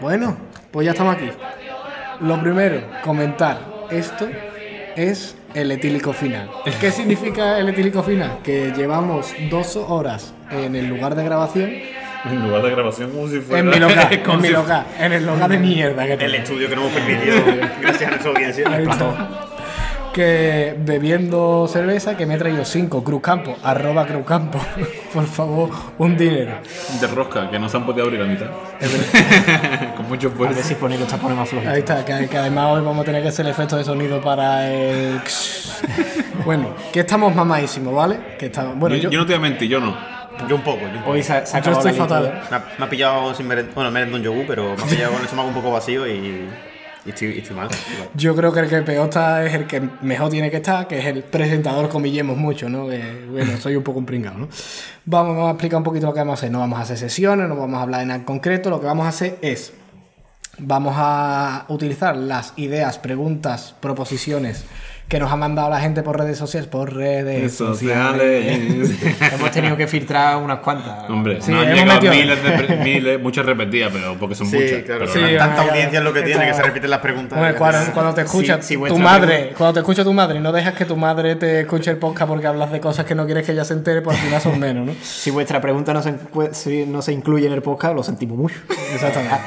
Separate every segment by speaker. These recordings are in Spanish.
Speaker 1: Bueno, pues ya estamos aquí. Lo primero, comentar. Esto es el etílico final. ¿Qué significa el etílico final? Que llevamos dos horas en el lugar de grabación.
Speaker 2: En lugar de grabación, como si fuera.
Speaker 1: En mi local, en
Speaker 2: como
Speaker 1: mi
Speaker 2: si-
Speaker 1: local, en el local de mierda que
Speaker 3: El
Speaker 1: tengo.
Speaker 3: estudio que no hemos permitido, gracias a nuestra audiencia.
Speaker 1: Ahí está. Que bebiendo cerveza, que me he traído 5, Cruzcampo, arroba Cruzcampo, por favor, un dinero.
Speaker 2: De rosca, que no se han podido abrir la mitad. Con mucho
Speaker 4: A ver
Speaker 2: esfuerzo.
Speaker 4: si ponerlo está poniendo más flojito.
Speaker 1: Ahí está, que, que además hoy vamos a tener que hacer el efecto de sonido para el... Bueno, que estamos mamadísimos, ¿vale? Que estamos... Bueno,
Speaker 2: yo,
Speaker 1: yo,
Speaker 2: yo no te voy a mentir, yo no.
Speaker 3: Yo un poco, yo un poco.
Speaker 4: Hoy se, ha- se ha
Speaker 1: yo
Speaker 4: acabado
Speaker 1: estoy
Speaker 4: la licuadora.
Speaker 1: fatal.
Speaker 3: Me ha, me ha pillado sin merendar, bueno, merendó un yogur, pero me ha pillado con el estómago un poco vacío y, y estoy, y estoy mal.
Speaker 1: Yo creo que el que peor está es el que mejor tiene que estar, que es el presentador, comillemos mucho, ¿no? Que, bueno, soy un poco un pringado, ¿no? Vamos, vamos a explicar un poquito lo que vamos a hacer. No vamos a hacer sesiones, no vamos a hablar de nada en concreto. Lo que vamos a hacer es, vamos a utilizar las ideas, preguntas, proposiciones que nos ha mandado la gente por redes sociales, por redes sociales.
Speaker 2: sociales.
Speaker 4: Hemos tenido que filtrar unas cuantas.
Speaker 2: Hombre,
Speaker 1: Sí,
Speaker 2: no han
Speaker 1: hemos
Speaker 2: llegado
Speaker 1: metido-
Speaker 2: miles, de pre- miles, muchas repetidas, pero porque son muchas. pero
Speaker 1: Sí,
Speaker 2: no-
Speaker 1: bueno,
Speaker 3: tanta
Speaker 1: ya,
Speaker 3: audiencia es lo que tiene, que
Speaker 1: está-
Speaker 3: se repiten las preguntas.
Speaker 1: Hombre, cuando, cuando te escucha
Speaker 3: Si- si
Speaker 1: tu
Speaker 3: vuestra
Speaker 1: madre, cuando te escucha tu madre y no dejas que tu madre te escuche el podcast porque hablas de cosas que no quieres que ella se entere, pues al final son menos, ¿no?
Speaker 4: Si vuestra pregunta no se, encue- si no se incluye en el podcast, lo sentimos mucho.
Speaker 1: Exactamente.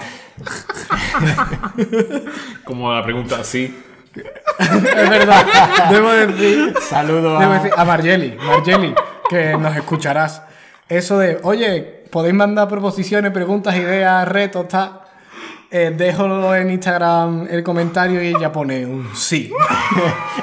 Speaker 2: Como la pregunta, sí.
Speaker 1: Es verdad. Ah. Debo decir,
Speaker 4: Saludos
Speaker 1: debo
Speaker 4: a...
Speaker 1: decir a Margeli, Margeli, que nos escucharás. Eso de, oye, podéis mandar proposiciones, preguntas, ideas, retos, tal. Eh, déjalo en Instagram el comentario y ella pone un sí.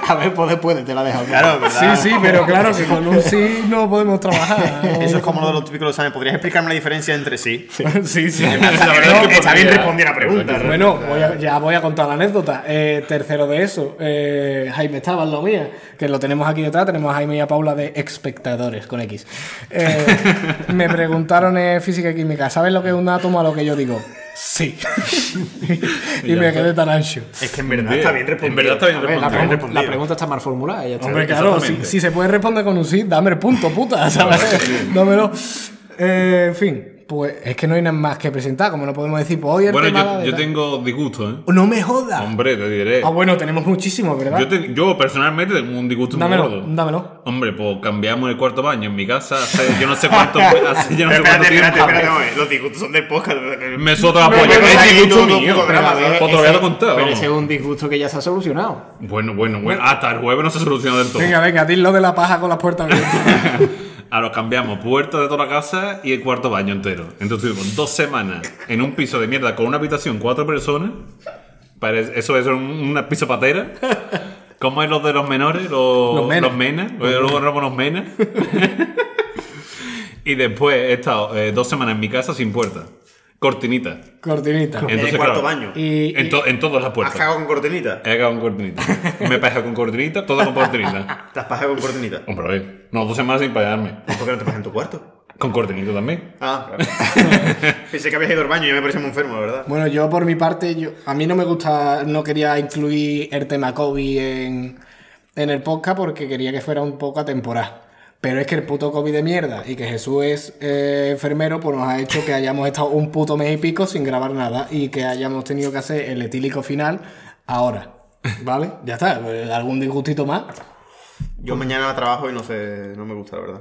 Speaker 4: a ver, pues después te la dejo.
Speaker 3: Claro, ¿verdad?
Speaker 1: Sí, sí, pero claro que con un sí no podemos trabajar.
Speaker 3: Eso es como lo de los típicos exámenes. ¿Podrías explicarme la diferencia entre sí?
Speaker 1: Sí, sí.
Speaker 2: La verdad es que
Speaker 3: Está bien
Speaker 2: podría-
Speaker 3: respondí la pregunta.
Speaker 1: Bueno, voy a- ya voy a contar la anécdota. Eh, tercero de eso, eh, Jaime estaba lo mía, que lo tenemos aquí detrás, tenemos a Jaime y a Paula de espectadores con X. Eh, me preguntaron en física y química, ¿sabes lo que es un átomo? A lo que yo digo, sí. y me quedé tan ancho.
Speaker 3: Es que en verdad está bien
Speaker 2: En
Speaker 3: respondido.
Speaker 2: verdad está bien
Speaker 4: A ver, la,
Speaker 2: respondido.
Speaker 4: pregunta-
Speaker 3: respondido.
Speaker 4: la pregunta está mal formulada. ya está.
Speaker 1: Hombre, claro, si,
Speaker 2: exactamente.
Speaker 1: si se puede responder con un sí, dame el punto, puta, ¿sabes? Dámelo. Eh, en fin, pues es que no hay nada más que presentar, como no podemos decir, pues hoy el
Speaker 2: Bueno,
Speaker 1: tema era
Speaker 2: yo,
Speaker 1: de
Speaker 2: yo
Speaker 1: tal-
Speaker 2: tengo disgusto, ¿eh?
Speaker 1: No me jodas.
Speaker 2: Hombre, te diré.
Speaker 1: Ah, bueno, tenemos muchísimo, ¿verdad?
Speaker 2: Yo, te- yo personalmente tengo un disgusto muy
Speaker 1: Dámelo,
Speaker 2: gordo.
Speaker 1: dámelo.
Speaker 2: Hombre, pues cambiamos el cuarto baño en mi casa hace yo no sé cuánto, hace yo no sé cuánto tiempo.
Speaker 3: hombre, Los disgustos son del podcast.
Speaker 2: Me sota la
Speaker 3: No,
Speaker 2: polla,
Speaker 3: no, no,
Speaker 2: es
Speaker 3: no,
Speaker 2: disgusto
Speaker 3: no, no,
Speaker 2: mío.
Speaker 3: no, no, no, no, no,
Speaker 2: Pues todavía lo he contado.
Speaker 4: Pero
Speaker 2: vamos.
Speaker 4: ¿eh? ese es un disgusto que ya se ha solucionado.
Speaker 2: Bueno, bueno, bueno. Hasta el jueves no se soluciona del todo.
Speaker 1: Venga, venga, dilo de la paja con las puertas abiertas.
Speaker 2: Ahora cambiamos puerta de toda la casa y el cuarto baño entero. Entonces estuvimos dos semanas en un piso de mierda con una habitación, cuatro personas. Parece- eso es un- una piso patera. ¿Cómo es los de los menores? Los,
Speaker 1: Los menas.
Speaker 2: Los menas. Oye, Luego nos los menas. y después he estado eh, dos semanas en mi casa sin puerta. Cortinita.
Speaker 1: Cortinita.
Speaker 2: En
Speaker 3: el cuarto baño.
Speaker 1: Y,
Speaker 2: En, to- en todas las
Speaker 3: ¿Has
Speaker 2: puertas.
Speaker 3: cagado con cortinita?
Speaker 2: He cagado con cortinita. Me he pajeado con cortinita, todo con cortinita.
Speaker 3: ¿Te has pasado con cortinita?
Speaker 2: Hombre, a ver. No, dos semanas sin pajearme.
Speaker 3: ¿Por qué no te pasas en tu cuarto?
Speaker 2: Con cortinita también.
Speaker 3: Ah, Pensé que habías ido al baño y ya me parecía muy enfermo, la verdad.
Speaker 1: bueno, yo por mi parte, yo, a mí no me gusta, no quería incluir el tema COVID en, en el podcast porque quería que fuera un poco atemporal. Pero es que el puto COVID de mierda y que Jesús es eh, enfermero, pues nos ha hecho que hayamos estado un puto mes y pico sin grabar nada y que hayamos tenido que hacer el etílico final ahora. ¿Vale? Ya está, eh, algún disgustito más.
Speaker 3: Yo mañana trabajo y no sé, no me gusta, la verdad.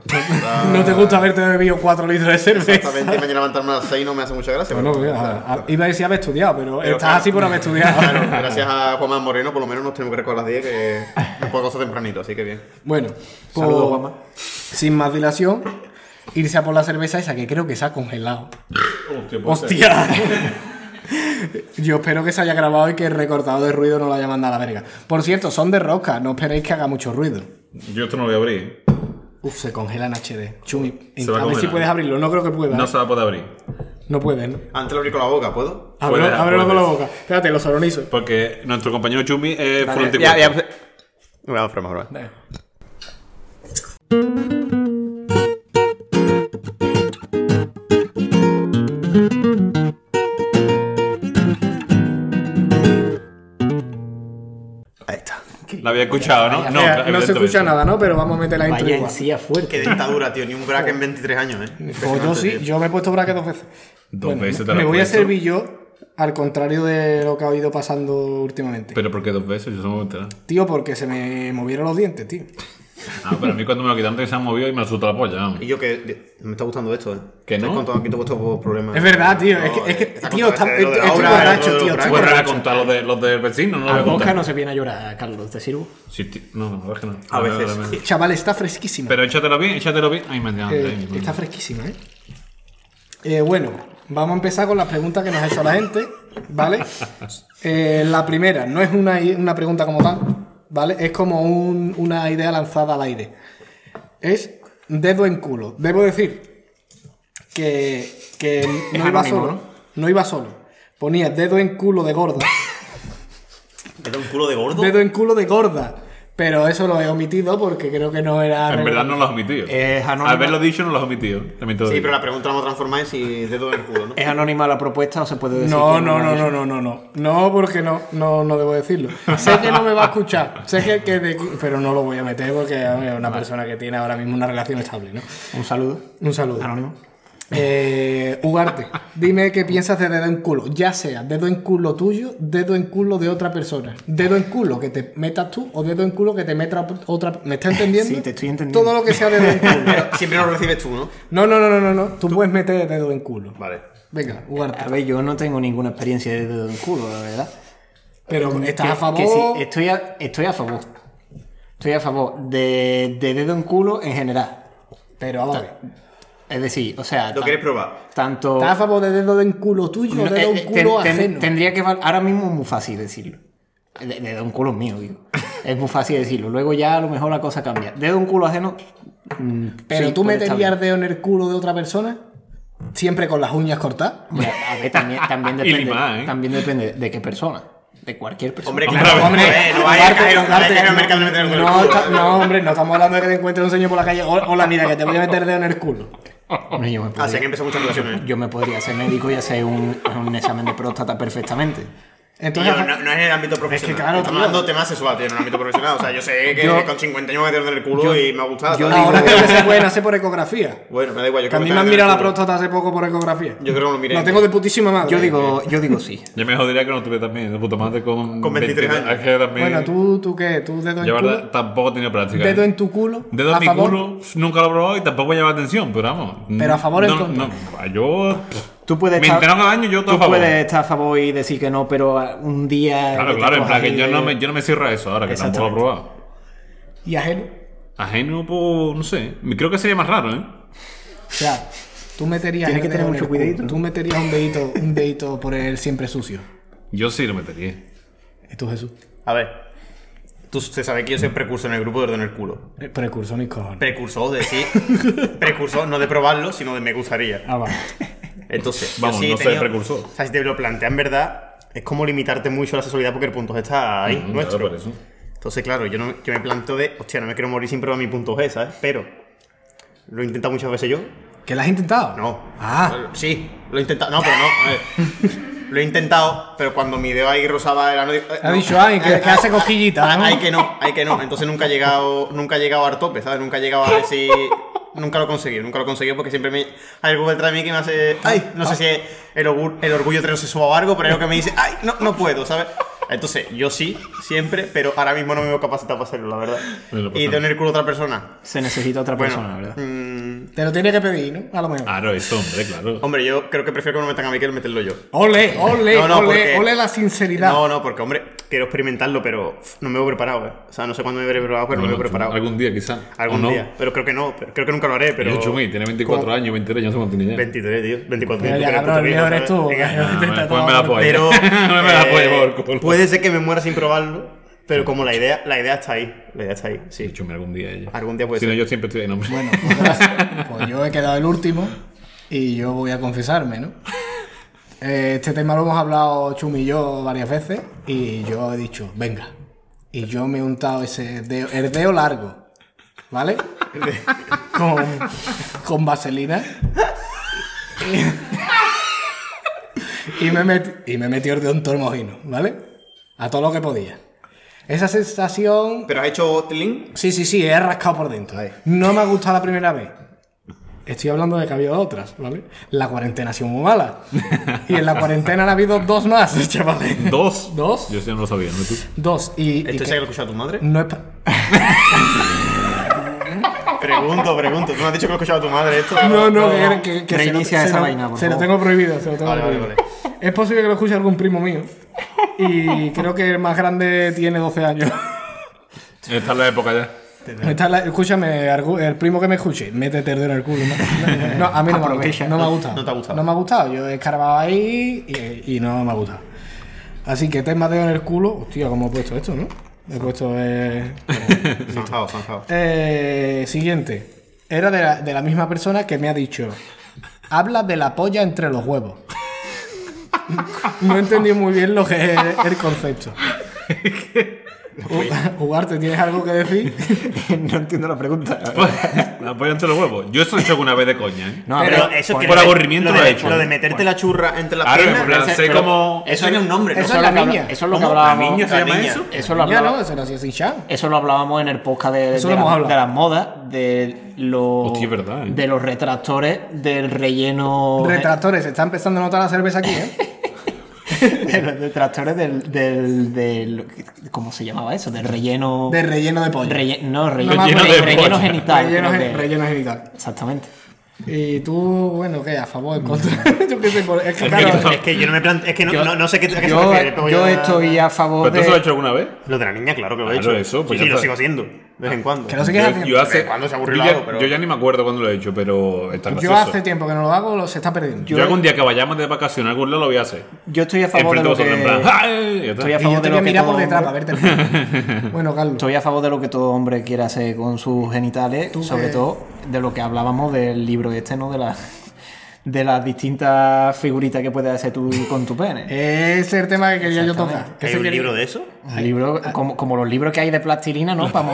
Speaker 1: No te gusta haberte bebido 4 litros de cerveza.
Speaker 3: Exactamente, y mañana levantarme a las 6 no me hace mucha gracia.
Speaker 1: Bueno,
Speaker 3: pero-
Speaker 1: mira, a- a- iba a decir haber estudiado, pero,
Speaker 3: Pero
Speaker 1: estás
Speaker 3: claro.
Speaker 1: así por haber estudiado.
Speaker 3: Claro, gracias a Juanma Moreno, por lo menos nos tenemos que recordar a las 10 que nos puedo acostar tempranito, así que bien.
Speaker 1: Bueno,
Speaker 4: Saludos,
Speaker 1: pues,
Speaker 4: Juanma.
Speaker 1: sin más dilación, irse a por la cerveza esa que creo que se ha congelado.
Speaker 2: Hostia, pues,
Speaker 1: ¡Hostia! Yo espero que se haya grabado y que el recortado de ruido no lo haya mandado a la verga. Por cierto, son de rosca, no esperéis que haga mucho ruido.
Speaker 2: Yo esto no lo voy a abrir.
Speaker 1: Uf, se congela en HD. Chumi,
Speaker 2: Se va a
Speaker 1: a ver si
Speaker 2: congelar.
Speaker 1: puedes abrirlo, no creo que pueda.
Speaker 2: No
Speaker 1: No,
Speaker 2: se va a poder abrir.
Speaker 1: puedes, ¿no?
Speaker 3: Antes lo abrí con la boca, ¿puedo?
Speaker 1: Ábrelo-
Speaker 2: Puede, ah,
Speaker 1: ábrelo
Speaker 2: puede.
Speaker 1: con la boca. Espérate, lo soronizo.
Speaker 2: Porque nuestro compañero Chumi es fronticuerpo.
Speaker 4: Ya, ya,
Speaker 3: Vamos, vamos, vamos. Ahí está.
Speaker 2: La había escuchado,
Speaker 1: Mira,
Speaker 2: ¿no?
Speaker 1: Eh, no se
Speaker 2: evidentemente.
Speaker 1: escucha nada, ¿no? Pero vamos a meter la intro
Speaker 4: Vaya
Speaker 1: igual.
Speaker 4: encía
Speaker 3: Qué
Speaker 4: fuerte.
Speaker 3: dentadura, tío. Ni un braque en 23 años, ¿eh?
Speaker 1: Pues yo sí, yo me he puesto braque dos veces.
Speaker 2: Dos veces te lo
Speaker 1: me
Speaker 2: has
Speaker 1: voy a
Speaker 2: puesto.
Speaker 1: servir yo Al contrario de lo que ha ido pasando últimamente.
Speaker 2: Pero ¿por qué dos veces? Yo no me enteré.
Speaker 1: Tío, porque se me movieron los dientes, tío.
Speaker 2: Ah, pero a mí cuando me lo quitaron que se han movido y me asusta la polla. vamos.
Speaker 3: Y yo que de- me está gustando esto, ¿eh?
Speaker 2: ¿Que
Speaker 3: Estoy
Speaker 2: no?
Speaker 3: Con todo, aquí todo vuestro problema.
Speaker 1: Es verdad, tío. Es
Speaker 3: No, eh,
Speaker 1: que, es que
Speaker 3: está
Speaker 1: tío, está-
Speaker 3: controvertido,
Speaker 1: estoy
Speaker 3: lo
Speaker 1: estoy
Speaker 3: de la obra, lo
Speaker 1: borracho,
Speaker 3: de
Speaker 1: tío.
Speaker 3: los
Speaker 1: Estoy
Speaker 2: Bueno, ahora
Speaker 1: borracho.
Speaker 2: contar los, de, los del vecino, no los voy
Speaker 4: Al
Speaker 2: a
Speaker 4: Bosca
Speaker 2: contar.
Speaker 4: no se viene a llorar, Carlos, te sirvo.
Speaker 2: Sí, tío, no, la verdad es que no.
Speaker 3: A
Speaker 2: La verdad,
Speaker 3: veces.
Speaker 2: la verdad.
Speaker 1: Chaval, está fresquísima.
Speaker 2: Pero échatelo bien, échatelo bien. Ay, me entiendo.
Speaker 1: Eh, está fresquísima, ¿eh? Eh, Bueno, vamos a empezar con las preguntas que nos ha hecho la gente, ¿vale? Eh, la primera, no es una, i- una pregunta como tal, ¿vale? Es como un- una idea lanzada al aire. Es dedo en culo. Debo decir que, que no iba
Speaker 3: anónimo,
Speaker 1: solo.
Speaker 3: ¿no?
Speaker 1: No iba solo. Ponía dedo en culo de gorda.
Speaker 3: Era un culo de gordo.
Speaker 1: dedo en culo de gorda. Pero eso lo he omitido porque creo que no era...
Speaker 2: En verdad no los has omitido.
Speaker 1: Eh,
Speaker 4: Es anónimo.
Speaker 2: Al haberlo dicho no los has omitido. También te lo
Speaker 3: Sí,
Speaker 2: digo.
Speaker 3: pero la pregunta la vamos a transformar en si dedo en el culo, ¿no?
Speaker 4: ¿Es anónima la propuesta o se puede decir?
Speaker 1: No,
Speaker 4: quién
Speaker 1: no,
Speaker 4: la
Speaker 1: no, no,
Speaker 4: hizo?
Speaker 1: no, no, no. No, porque no, no, no debo decirlo. Sé que no me va a escuchar. Sé que, que de- pero no lo voy a meter porque hombre, es una persona que tiene ahora mismo una relación estable, ¿no?
Speaker 4: Un saludo.
Speaker 1: Un saludo.
Speaker 4: Anónimo.
Speaker 1: Eh, Ugarte, dime qué piensas de dedo en culo. Ya sea dedo en culo tuyo, dedo en culo de otra persona. Dedo en culo que te metas tú o dedo en culo que te meta otra. ¿Me estás entendiendo?
Speaker 4: Sí, te estoy entendiendo.
Speaker 1: Todo lo que sea dedo en culo.
Speaker 3: Pero siempre lo recibes tú, ¿no?
Speaker 1: No, no, no, no, no, no. Tú puedes meter dedo en culo.
Speaker 3: Vale.
Speaker 1: Venga, Ugarte.
Speaker 4: A ver, yo no tengo ninguna experiencia de dedo en culo, la verdad.
Speaker 1: Pero estás
Speaker 4: Que-
Speaker 1: a favor.
Speaker 4: que sí, estoy, a, estoy a favor. Estoy a favor de, de dedo en culo en general.
Speaker 1: Pero vamos a ver.
Speaker 4: Es decir, o sea.
Speaker 3: ¿Lo
Speaker 4: tan-
Speaker 3: quieres probar?
Speaker 4: Tanto.
Speaker 1: ¿Estás a favor de dedo en culo tuyo o
Speaker 4: No,
Speaker 1: dedo
Speaker 4: eh,
Speaker 1: en
Speaker 4: eh,
Speaker 1: culo
Speaker 4: ten- ten-
Speaker 1: ajeno?
Speaker 4: Tendría que. val- Ahora mismo es muy fácil decirlo. De- Dedo en culo mío, digo. Es muy fácil decirlo. Luego ya a lo mejor la cosa cambia. Dedo en culo ajeno. mm,
Speaker 1: Pero
Speaker 4: sí,
Speaker 1: tú
Speaker 4: puede estar
Speaker 1: meterías el
Speaker 4: bien.
Speaker 1: dedo en el culo de otra persona, siempre con las uñas cortadas.
Speaker 4: Hombre, A ver, también, también
Speaker 2: Y
Speaker 4: depende.
Speaker 2: limada, ¿eh?
Speaker 4: También depende de qué persona. De cualquier persona.
Speaker 3: Hombre,
Speaker 2: Hombre,
Speaker 3: claro.
Speaker 2: hombre,
Speaker 3: Hombre, no vaya a
Speaker 1: Ugarte,
Speaker 3: caer no vaya a
Speaker 1: Ugarte,
Speaker 3: caer en el
Speaker 1: no,
Speaker 3: mercado de meter el dedo en
Speaker 1: no,
Speaker 3: el culo.
Speaker 1: está- no, hombre, no estamos hablando de que te encuentres un señor por la calle. O- Hola, mira, que te voy a meter dedo en el culo.
Speaker 4: Hombre, yo me
Speaker 3: Así que
Speaker 4: podría-
Speaker 3: Ah, empezó ¿eh? muchas relaciones.
Speaker 4: Yo me podría ser médico y hacer un, un examen de próstata perfectamente.
Speaker 1: Entonces,
Speaker 3: Tío, no, no es en el ámbito profesional.
Speaker 1: claro,
Speaker 3: Estamos
Speaker 1: tío.
Speaker 3: hablando de temas sexuales, tío, en el ámbito profesional. O sea, yo sé que
Speaker 4: Yo-
Speaker 3: con 50 años me metieron en el culo
Speaker 4: yo-
Speaker 3: y me ha gustado.
Speaker 4: yo
Speaker 3: ¿sabes?
Speaker 1: ahora creo que se pueden hacer por ecografía.
Speaker 3: Bueno, me da igual. Yo
Speaker 1: Que
Speaker 3: creo
Speaker 1: a mí
Speaker 3: que
Speaker 1: me han
Speaker 3: te
Speaker 1: mirado la
Speaker 3: meten en el culo.
Speaker 1: próstata hace poco por ecografía.
Speaker 3: Yo creo que lo miré.
Speaker 1: Lo tengo de putísima madre.
Speaker 4: Yo digo, yo digo sí.
Speaker 2: Ya me jodería que no tuviera también de puta madre con,
Speaker 3: Con 23 años.
Speaker 2: Es que también-
Speaker 1: Bueno, tú, tú qué, tú dedo en
Speaker 2: Yo, la verdad,
Speaker 1: culo.
Speaker 2: tampoco he tenido práctica. ¿eh?
Speaker 1: Dedo en tu culo.
Speaker 2: Dedo
Speaker 1: a
Speaker 2: en mi
Speaker 1: favor.
Speaker 2: culo, nunca lo he probado y tampoco me llama la atención, pero vamos.
Speaker 1: Pero a favor o en contra.
Speaker 2: no, no, yo.
Speaker 4: Tú puedes
Speaker 2: Me
Speaker 4: estar,
Speaker 2: enteraron cada año, yo todo
Speaker 4: tú
Speaker 2: a favor.
Speaker 4: puedes estar a favor y decir que no, pero ah, un día. que
Speaker 2: Claro,
Speaker 4: te
Speaker 2: claro, en
Speaker 4: cojas
Speaker 2: plan que
Speaker 4: ahí
Speaker 2: yo
Speaker 4: de-
Speaker 2: no, me, yo no me cierro a eso ahora, que tampoco lo he probado.
Speaker 1: Y ajeno.
Speaker 2: Ajeno, pues, no sé. Creo que sería más raro, ¿eh?
Speaker 1: O sea, tú meterías.
Speaker 4: Tienes
Speaker 1: el
Speaker 4: que tener
Speaker 1: dedo en
Speaker 4: mucho
Speaker 1: el culo.
Speaker 4: cuidadito.
Speaker 1: Tú meterías un dedito, un dedito por el siempre sucio.
Speaker 2: Yo sí lo metería.
Speaker 1: Esto es Jesús.
Speaker 3: A ver. Tú se sabe que yo soy precursor en el grupo de orden el culo.
Speaker 1: Eh, Precursor mis cojones.
Speaker 3: Precursor de sí. precursor no de probarlo, sino de me gustaría.
Speaker 1: Ah, vale.
Speaker 3: Entonces, yo
Speaker 2: Vamos,
Speaker 3: sí he
Speaker 2: no soy
Speaker 3: tenido-
Speaker 2: precursor.
Speaker 3: O sea, si te lo plantean verdad, es como limitarte mucho a la sexualidad porque el punto G está ahí,
Speaker 2: Mm,
Speaker 3: nuestro.
Speaker 2: claro, por eso.
Speaker 3: Entonces, claro, yo, no, yo me planteo de, hostia, no me quiero morir sin probar mi punto G, ¿sabes? Pero, ¿lo he intentado muchas veces yo?
Speaker 1: ¿Que la has intentado?
Speaker 3: No.
Speaker 1: Ah.
Speaker 3: Sí, lo he intentado. No, pero no. a ver. lo he intentado, pero cuando mi dedo ahí rozaba el ano. digo, eh,
Speaker 1: Ha
Speaker 3: no.
Speaker 1: dicho, ay, que, que hace
Speaker 3: Ah,
Speaker 1: cosquillitas, ¿no?
Speaker 3: Hay que no, hay que no. Entonces nunca he llegado, nunca he llegado al tope, ¿sabes? Nunca he llegado a decir. Nunca lo he conseguido, nunca lo he conseguido porque siempre me. Hay algo detrás de mí que me hace. Ay,
Speaker 1: ah.
Speaker 3: no sé si es el, orgu- el orgullo heterosexual o algo, pero es lo que me dice. Ay, no, no puedo, ¿sabes? Entonces, yo sí, siempre, pero ahora mismo no me veo capacitado para hacerlo, la verdad.
Speaker 2: Bueno, pues
Speaker 3: y
Speaker 2: no.
Speaker 3: tener culo a otra persona.
Speaker 4: Se necesita otra
Speaker 3: Bueno,
Speaker 4: persona, la ¿verdad?
Speaker 3: mm,
Speaker 1: Te lo tiene que pedir, ¿no? A lo mejor.
Speaker 2: Claro, eso, hombre, claro.
Speaker 3: hombre, yo creo que prefiero que me lo metan a mí que meterlo yo.
Speaker 1: Ole, ole,
Speaker 3: No, no,
Speaker 1: ole,
Speaker 3: porque-
Speaker 1: ole la sinceridad.
Speaker 3: No, no, porque, hombre, quiero experimentarlo, pero pff, no me veo preparado, eh. O sea, no sé cuándo me veré preparado, pero no me veo
Speaker 2: Bueno,
Speaker 3: preparado.
Speaker 2: Algún día, quizás.
Speaker 3: Algún día. Pero creo que no, pero creo que nunca lo haré, pero.
Speaker 2: Pero... Chumi, tiene 24
Speaker 3: ¿Cómo?
Speaker 2: años, 23 años, no sé cuánto tiene ya.
Speaker 3: 23, tío. 24
Speaker 1: Pero
Speaker 3: tío,
Speaker 1: ya,
Speaker 3: tú que eres
Speaker 1: cabrón,
Speaker 3: puto viejo,
Speaker 1: mejor eres
Speaker 3: ¿sabes?
Speaker 1: tú.
Speaker 3: Venga.
Speaker 2: Ah,
Speaker 1: Intenta todo
Speaker 2: bueno, pues me la
Speaker 1: por-
Speaker 2: apoyo.
Speaker 3: Pero.
Speaker 2: no me la
Speaker 3: eh,
Speaker 2: puedo por el culo.
Speaker 3: Puede ser que me muera sin probarlo, pero como la idea, la idea está ahí. La idea está ahí,
Speaker 2: Sí,
Speaker 3: sí.
Speaker 2: Chumi, algún día ella.
Speaker 3: Algún día puede
Speaker 2: Si no,
Speaker 3: ser.
Speaker 2: yo siempre estoy ahí, nombre.
Speaker 1: Bueno, pues, gracias. Pues yo he quedado el último y yo voy a confesarme, ¿no? Eh, Este tema lo hemos hablado Chumi y yo varias veces y yo he dicho, venga. Y yo me he untado ese dedo, el dedo largo, ¿vale? Con, con vaselina. Y, y me metí, y me metí el dedo en todo el mojino, ¿vale? A todo lo que podía. Esa sensación
Speaker 3: ¿Pero has hecho Tilling?
Speaker 1: eh. Sí, sí, sí, he rascado por dentro. No me ha gustado la primera vez. Estoy hablando de que ha habido otras, ¿vale? La cuarentena ha sido muy mala. Y en la cuarentena han habido dos más, chavales.
Speaker 2: ¿Dos?
Speaker 1: Dos.
Speaker 2: Yo sí no lo sabía, ¿no tú?
Speaker 1: Dos. Y, y
Speaker 2: ¿Este
Speaker 3: ¿Esto
Speaker 1: que
Speaker 3: se lo escuchó a tu madre?
Speaker 1: no es pa-
Speaker 3: Pregunto, pregunto. Tú me has dicho que lo escuchaba a tu madre esto.
Speaker 1: No, no, que, que- que se, lo,
Speaker 4: Reinicia
Speaker 1: se
Speaker 4: esa
Speaker 1: lo-
Speaker 4: vaina, por
Speaker 1: se lo
Speaker 4: favor.
Speaker 1: tengo prohibido. se lo tengo
Speaker 3: Vale, vale,
Speaker 1: prohibido. Es posible que lo escuche algún primo mío. Y creo que el más grande tiene 12 años.
Speaker 2: Esta es la época ya.
Speaker 1: Esta es la- escúchame, argu- el primo que me escuche, métete el dedo en el culo. No, No, a mí no me, ha gustado,
Speaker 4: Aprovecha.
Speaker 1: no me ha gustado.
Speaker 3: No te ha gustado.
Speaker 1: No me ha gustado. Yo he escarbado ahí y, y no me ha gustado. Así que tema dedo en el culo. Hostia, ¿cómo he puesto esto, no? He puesto. eh,
Speaker 3: Zanjado, zanjado.
Speaker 1: Eh, siguiente. Era de la, de la misma persona que me ha dicho: Habla de la polla entre los huevos. No entendí muy bien lo que es el concepto. Jugarte, ¿tienes algo que decir?
Speaker 4: no entiendo la pregunta.
Speaker 2: Pues, La polla entre los huevos. Yo eso lo he hecho alguna vez de coña, ¿eh?
Speaker 4: No,
Speaker 3: Ah, Pero
Speaker 4: pero
Speaker 3: eso
Speaker 2: por-
Speaker 3: que
Speaker 2: por
Speaker 3: lo de-
Speaker 2: aburrimiento
Speaker 3: lo
Speaker 2: lo
Speaker 3: de,
Speaker 2: he hecho.
Speaker 3: Lo de meterte la churra entre las
Speaker 2: Ahora, en
Speaker 3: piernas.
Speaker 2: plan,
Speaker 3: pero-
Speaker 2: sé
Speaker 3: pero
Speaker 2: cómo-
Speaker 3: Eso tiene un nombre, ¿no?
Speaker 1: eso
Speaker 4: eso, es
Speaker 1: la
Speaker 4: lo que
Speaker 1: niña.
Speaker 4: habla- eso es lo que
Speaker 3: ¿Cómo?
Speaker 4: hablábamos.
Speaker 3: ¿Niño se
Speaker 4: La
Speaker 3: llama
Speaker 4: niña.
Speaker 3: eso?
Speaker 4: Eso lo
Speaker 1: Ya
Speaker 4: hablaba-
Speaker 1: no, se lo hacía sin chan.
Speaker 4: Eso lo hablábamos en el podcast de,
Speaker 1: Eso
Speaker 4: de
Speaker 1: lo hemos
Speaker 4: la-
Speaker 1: hablado.
Speaker 4: de las modas, de los,
Speaker 2: Hostia, es verdad, ¿eh?
Speaker 4: de los retractores, del relleno.
Speaker 1: Retractores, se está empezando a notar la cerveza aquí, ¿eh?
Speaker 4: de los detractores del, del, del- ¿Cómo se llamaba eso? Del relleno.
Speaker 1: De relleno de polla.
Speaker 4: relle- no, relleno,
Speaker 1: No me
Speaker 2: acuerdo.
Speaker 4: de- relleno
Speaker 2: Relleno de
Speaker 4: genital.
Speaker 1: Relleno,
Speaker 4: creo
Speaker 1: gen-
Speaker 4: que-
Speaker 1: relleno genital.
Speaker 4: Exactamente.
Speaker 1: Y tú, bueno, ¿qué? ¿A favor o en contra?
Speaker 4: Mm.
Speaker 1: yo qué sé, por- es que
Speaker 3: Es
Speaker 1: claro.
Speaker 3: que, es que yo no me planteo. Es que no, no, no sé qué, a qué se
Speaker 4: yo,
Speaker 3: refiere. pero
Speaker 4: yo
Speaker 3: ya-
Speaker 4: estoy a favor
Speaker 2: ¿Pero tú eso lo has
Speaker 4: de.
Speaker 2: hecho alguna vez?
Speaker 3: Lo de la niña, claro que lo he
Speaker 2: Claro,
Speaker 3: hecho.
Speaker 2: eso, pues
Speaker 3: sí,
Speaker 2: ya
Speaker 3: lo
Speaker 2: está. Ah.
Speaker 3: sigo haciendo. De vez en cuando.
Speaker 1: Que no sé qué
Speaker 2: Yo,
Speaker 1: haciendo.
Speaker 2: yo hace,
Speaker 3: cuando se aburrió
Speaker 2: yo,
Speaker 3: el
Speaker 2: ya-
Speaker 3: lado, pero-
Speaker 2: yo ya ni me acuerdo cuando lo he hecho, pero está
Speaker 1: Yo
Speaker 2: gracioso.
Speaker 1: hace tiempo que no lo hago, lo, se está perdiendo.
Speaker 2: Yo, algún día que vayamos de vacaciones a algún lado lo voy a hacer.
Speaker 4: Yo estoy a favor de
Speaker 2: Enfrente de
Speaker 4: lo
Speaker 2: vosotros, en plan.
Speaker 4: que.
Speaker 2: ¡ay! Ya está.
Speaker 4: Estoy a
Speaker 1: Y yo
Speaker 4: favor
Speaker 1: te voy
Speaker 4: de
Speaker 1: a
Speaker 4: lo que
Speaker 1: mirar por
Speaker 4: todo
Speaker 1: detrás para
Speaker 4: hombre-
Speaker 1: verte. bueno, Carlos.
Speaker 4: Estoy a favor de lo que todo hombre quiera hacer con sus genitales,
Speaker 1: Tú
Speaker 4: sobre
Speaker 1: que-
Speaker 4: todo de lo que hablábamos del libro este, ¿no? De las de las distintas figuritas que puedes hacer tú con tu pene.
Speaker 1: Ese es el tema que quería yo tocar.
Speaker 4: Exactamente.
Speaker 1: Que
Speaker 3: ¿Hay
Speaker 1: se
Speaker 3: un
Speaker 1: quería-
Speaker 3: libro de eso?
Speaker 4: Un libro como, como los libros que hay de plastilina, ¿no? Para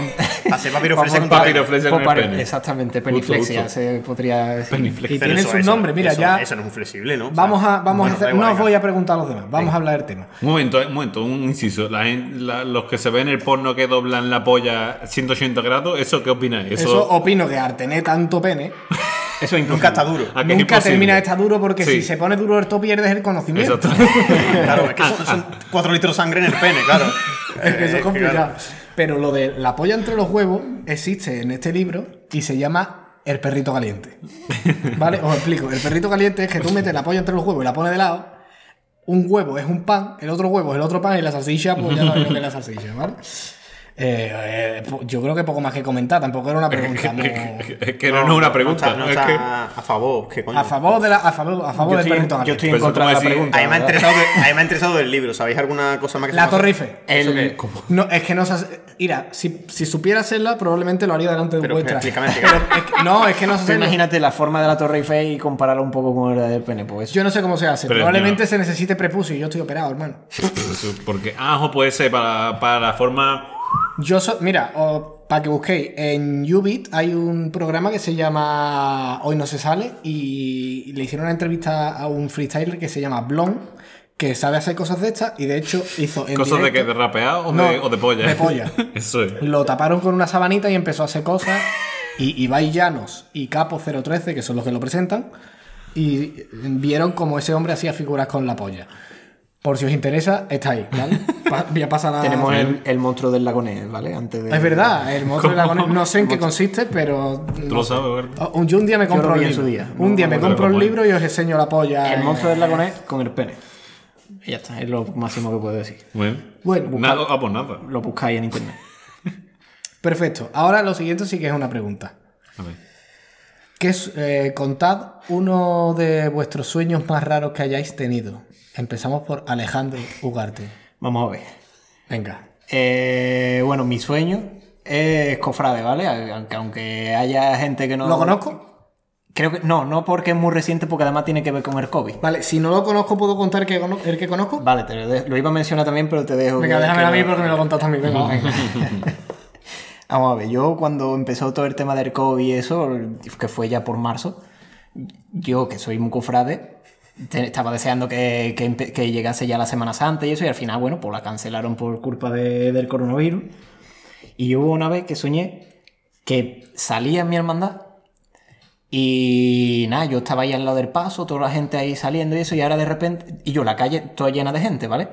Speaker 3: Hacer papiroflexia con tu
Speaker 2: Papi
Speaker 3: pene.
Speaker 2: lo flecha con el pene.
Speaker 4: Exactamente,
Speaker 2: Justo,
Speaker 4: peniflexia
Speaker 2: justo.
Speaker 4: se podría decir.
Speaker 1: Y
Speaker 2: Peniflex.
Speaker 1: tiene
Speaker 3: Pero
Speaker 1: su nombre, mira,
Speaker 3: eso-
Speaker 1: ya-
Speaker 3: Eso no es un flexible, ¿no?
Speaker 1: Vamos a, vamos
Speaker 3: Bueno,
Speaker 1: a hacer.
Speaker 3: da igual,
Speaker 1: no os
Speaker 3: venga.
Speaker 1: voy a preguntar a los demás, vamos a hablar del tema.
Speaker 2: Un momento, eh, un momento, un inciso. La gen- la- los que se ven el porno que doblan la polla 180 grados, ¿eso qué opináis?
Speaker 1: Eso, opino que al tener tanto pene,
Speaker 4: Eso es
Speaker 3: Nunca está duro.
Speaker 2: ¿a que es
Speaker 1: nunca
Speaker 2: imposible?
Speaker 1: termina de estar duro porque
Speaker 2: Sí.
Speaker 1: si se pone duro esto pierdes el conocimiento.
Speaker 2: Exacto.
Speaker 3: Claro, es que
Speaker 2: Ah,
Speaker 3: son, son cuatro litros de sangre en el pene, claro.
Speaker 1: Es que eso
Speaker 3: Eh,
Speaker 1: es complicado. Pero lo de la polla entre los huevos existe en este libro y se llama el perrito caliente. ¿Vale? Os explico. El perrito caliente es que tú metes la polla entre los huevos y la pones de lado. Un huevo es un pan, el otro huevo es el otro pan y la salsicha, pues ya sabéis lo que es la salsicha, ¿vale? Eh, eh, po- yo creo que poco más que comentar, tampoco era una pregunta. no.
Speaker 2: es que no, no es una pregunta.
Speaker 3: No
Speaker 2: es
Speaker 3: está, no
Speaker 2: que-
Speaker 3: está a favor. ¿qué coño?
Speaker 1: A favor, de la, a favor, a favor
Speaker 4: Yo
Speaker 1: del
Speaker 4: estoy,
Speaker 1: perrito
Speaker 4: yo
Speaker 1: caliente.
Speaker 4: estoy en
Speaker 2: Pero Pues eso
Speaker 4: contra de la
Speaker 2: como decir-
Speaker 4: pregunta.
Speaker 3: A mí me ha
Speaker 4: ¿verdad?
Speaker 3: interesado, de- a mí me ha interesado del libro. ¿Sabéis alguna cosa más que
Speaker 1: La
Speaker 3: sepa hacer?
Speaker 1: torrife.
Speaker 4: El-
Speaker 1: No, es que no se hace- Mira, si, si supiera hacerla, probablemente lo haría delante de un
Speaker 3: Pero,
Speaker 1: vuestra.
Speaker 3: explícame, explícame.
Speaker 1: Pero es que- no, es que no se
Speaker 4: Tú
Speaker 1: hace.
Speaker 4: imagínate la forma de la Torre Eiffel y compararla un poco con la del pene, pues eso.
Speaker 1: Yo no sé cómo se hace.
Speaker 2: Pero,
Speaker 1: probablemente
Speaker 2: tío.
Speaker 1: se necesite prepucio y yo estoy operado, hermano.
Speaker 2: Eso, Porque ajo puede ser para, para la forma.
Speaker 1: Yo so- Mira, para que busquéis, en Ubit hay un programa que se llama Hoy no se sale y le hicieron una entrevista a un freestyler que se llama Blon, que sabe hacer cosas de estas y de hecho hizo. En
Speaker 2: ¿Cosas de que
Speaker 1: directo-
Speaker 2: de rapeado o,
Speaker 1: No,
Speaker 2: de, o de polla?
Speaker 1: de polla.
Speaker 2: Eso es.
Speaker 1: Lo taparon con una sabanita y empezó a hacer cosas. Y Ibai Llanos y Capo 013, que son los que lo presentan, y vieron como ese hombre hacía figuras con la polla. Por si os interesa, está ahí, ¿vale? Pa- voy a pasar a...
Speaker 4: Tenemos el, el monstruo del lagonés, ¿vale? Antes de...
Speaker 1: Ah, Es verdad, el monstruo de la
Speaker 2: ¿Cómo?
Speaker 1: conexión. No sé en qué consiste, pero...
Speaker 2: Tú lo sabes, Alberto.
Speaker 1: Un- Yo un día me
Speaker 4: Yo
Speaker 1: compro
Speaker 4: lo
Speaker 1: el
Speaker 4: vi en
Speaker 1: libro.
Speaker 4: su día.
Speaker 1: Un día
Speaker 4: No,
Speaker 1: me
Speaker 4: no,
Speaker 1: compro el
Speaker 2: no, no.
Speaker 1: libro y os enseño la polla.
Speaker 4: El
Speaker 1: eh.
Speaker 4: monstruo del lagonés con el pene. Y ya está, es lo máximo que puedo decir.
Speaker 2: Bueno.
Speaker 1: Bueno,
Speaker 2: nada, ah, pues nada.
Speaker 4: Lo buscáis en internet.
Speaker 1: Perfecto. Ahora lo siguiente sí que es una pregunta.
Speaker 2: A ver.
Speaker 1: Que es, eh, contad uno de vuestros sueños más raros que hayáis tenido. Empezamos por Alejandro Ugarte.
Speaker 4: Vamos a ver.
Speaker 1: Venga.
Speaker 4: Eh, bueno, mi sueño es cofrade, ¿vale? Aunque, aunque haya gente que no...
Speaker 1: ¿Lo conozco?
Speaker 4: Creo que no, no porque es muy reciente, porque además tiene que ver con el COVID.
Speaker 1: Vale, si no lo conozco, ¿puedo contar que cono- el que conozco?
Speaker 4: Vale, te lo, de- lo iba a mencionar también, pero te dejo...
Speaker 1: Venga,
Speaker 4: que-
Speaker 1: déjame
Speaker 4: que
Speaker 1: a mí
Speaker 4: lo-
Speaker 1: porque me lo contaste a mí. Venga, va.
Speaker 4: Vamos a ver, Ah, yo cuando empezó todo el tema del COVID y eso, que fue ya por marzo, yo que soy muy cofrade, te- estaba deseando que, que empe- que llegase ya la Semana Santa y eso, y al final, bueno, pues la cancelaron por culpa de- del coronavirus. Y hubo una vez que soñé que salía mi hermandad Y nada, yo estaba ahí al lado del paso, toda la gente ahí saliendo y eso, y ahora de repente, y yo la calle toda llena de gente, ¿vale?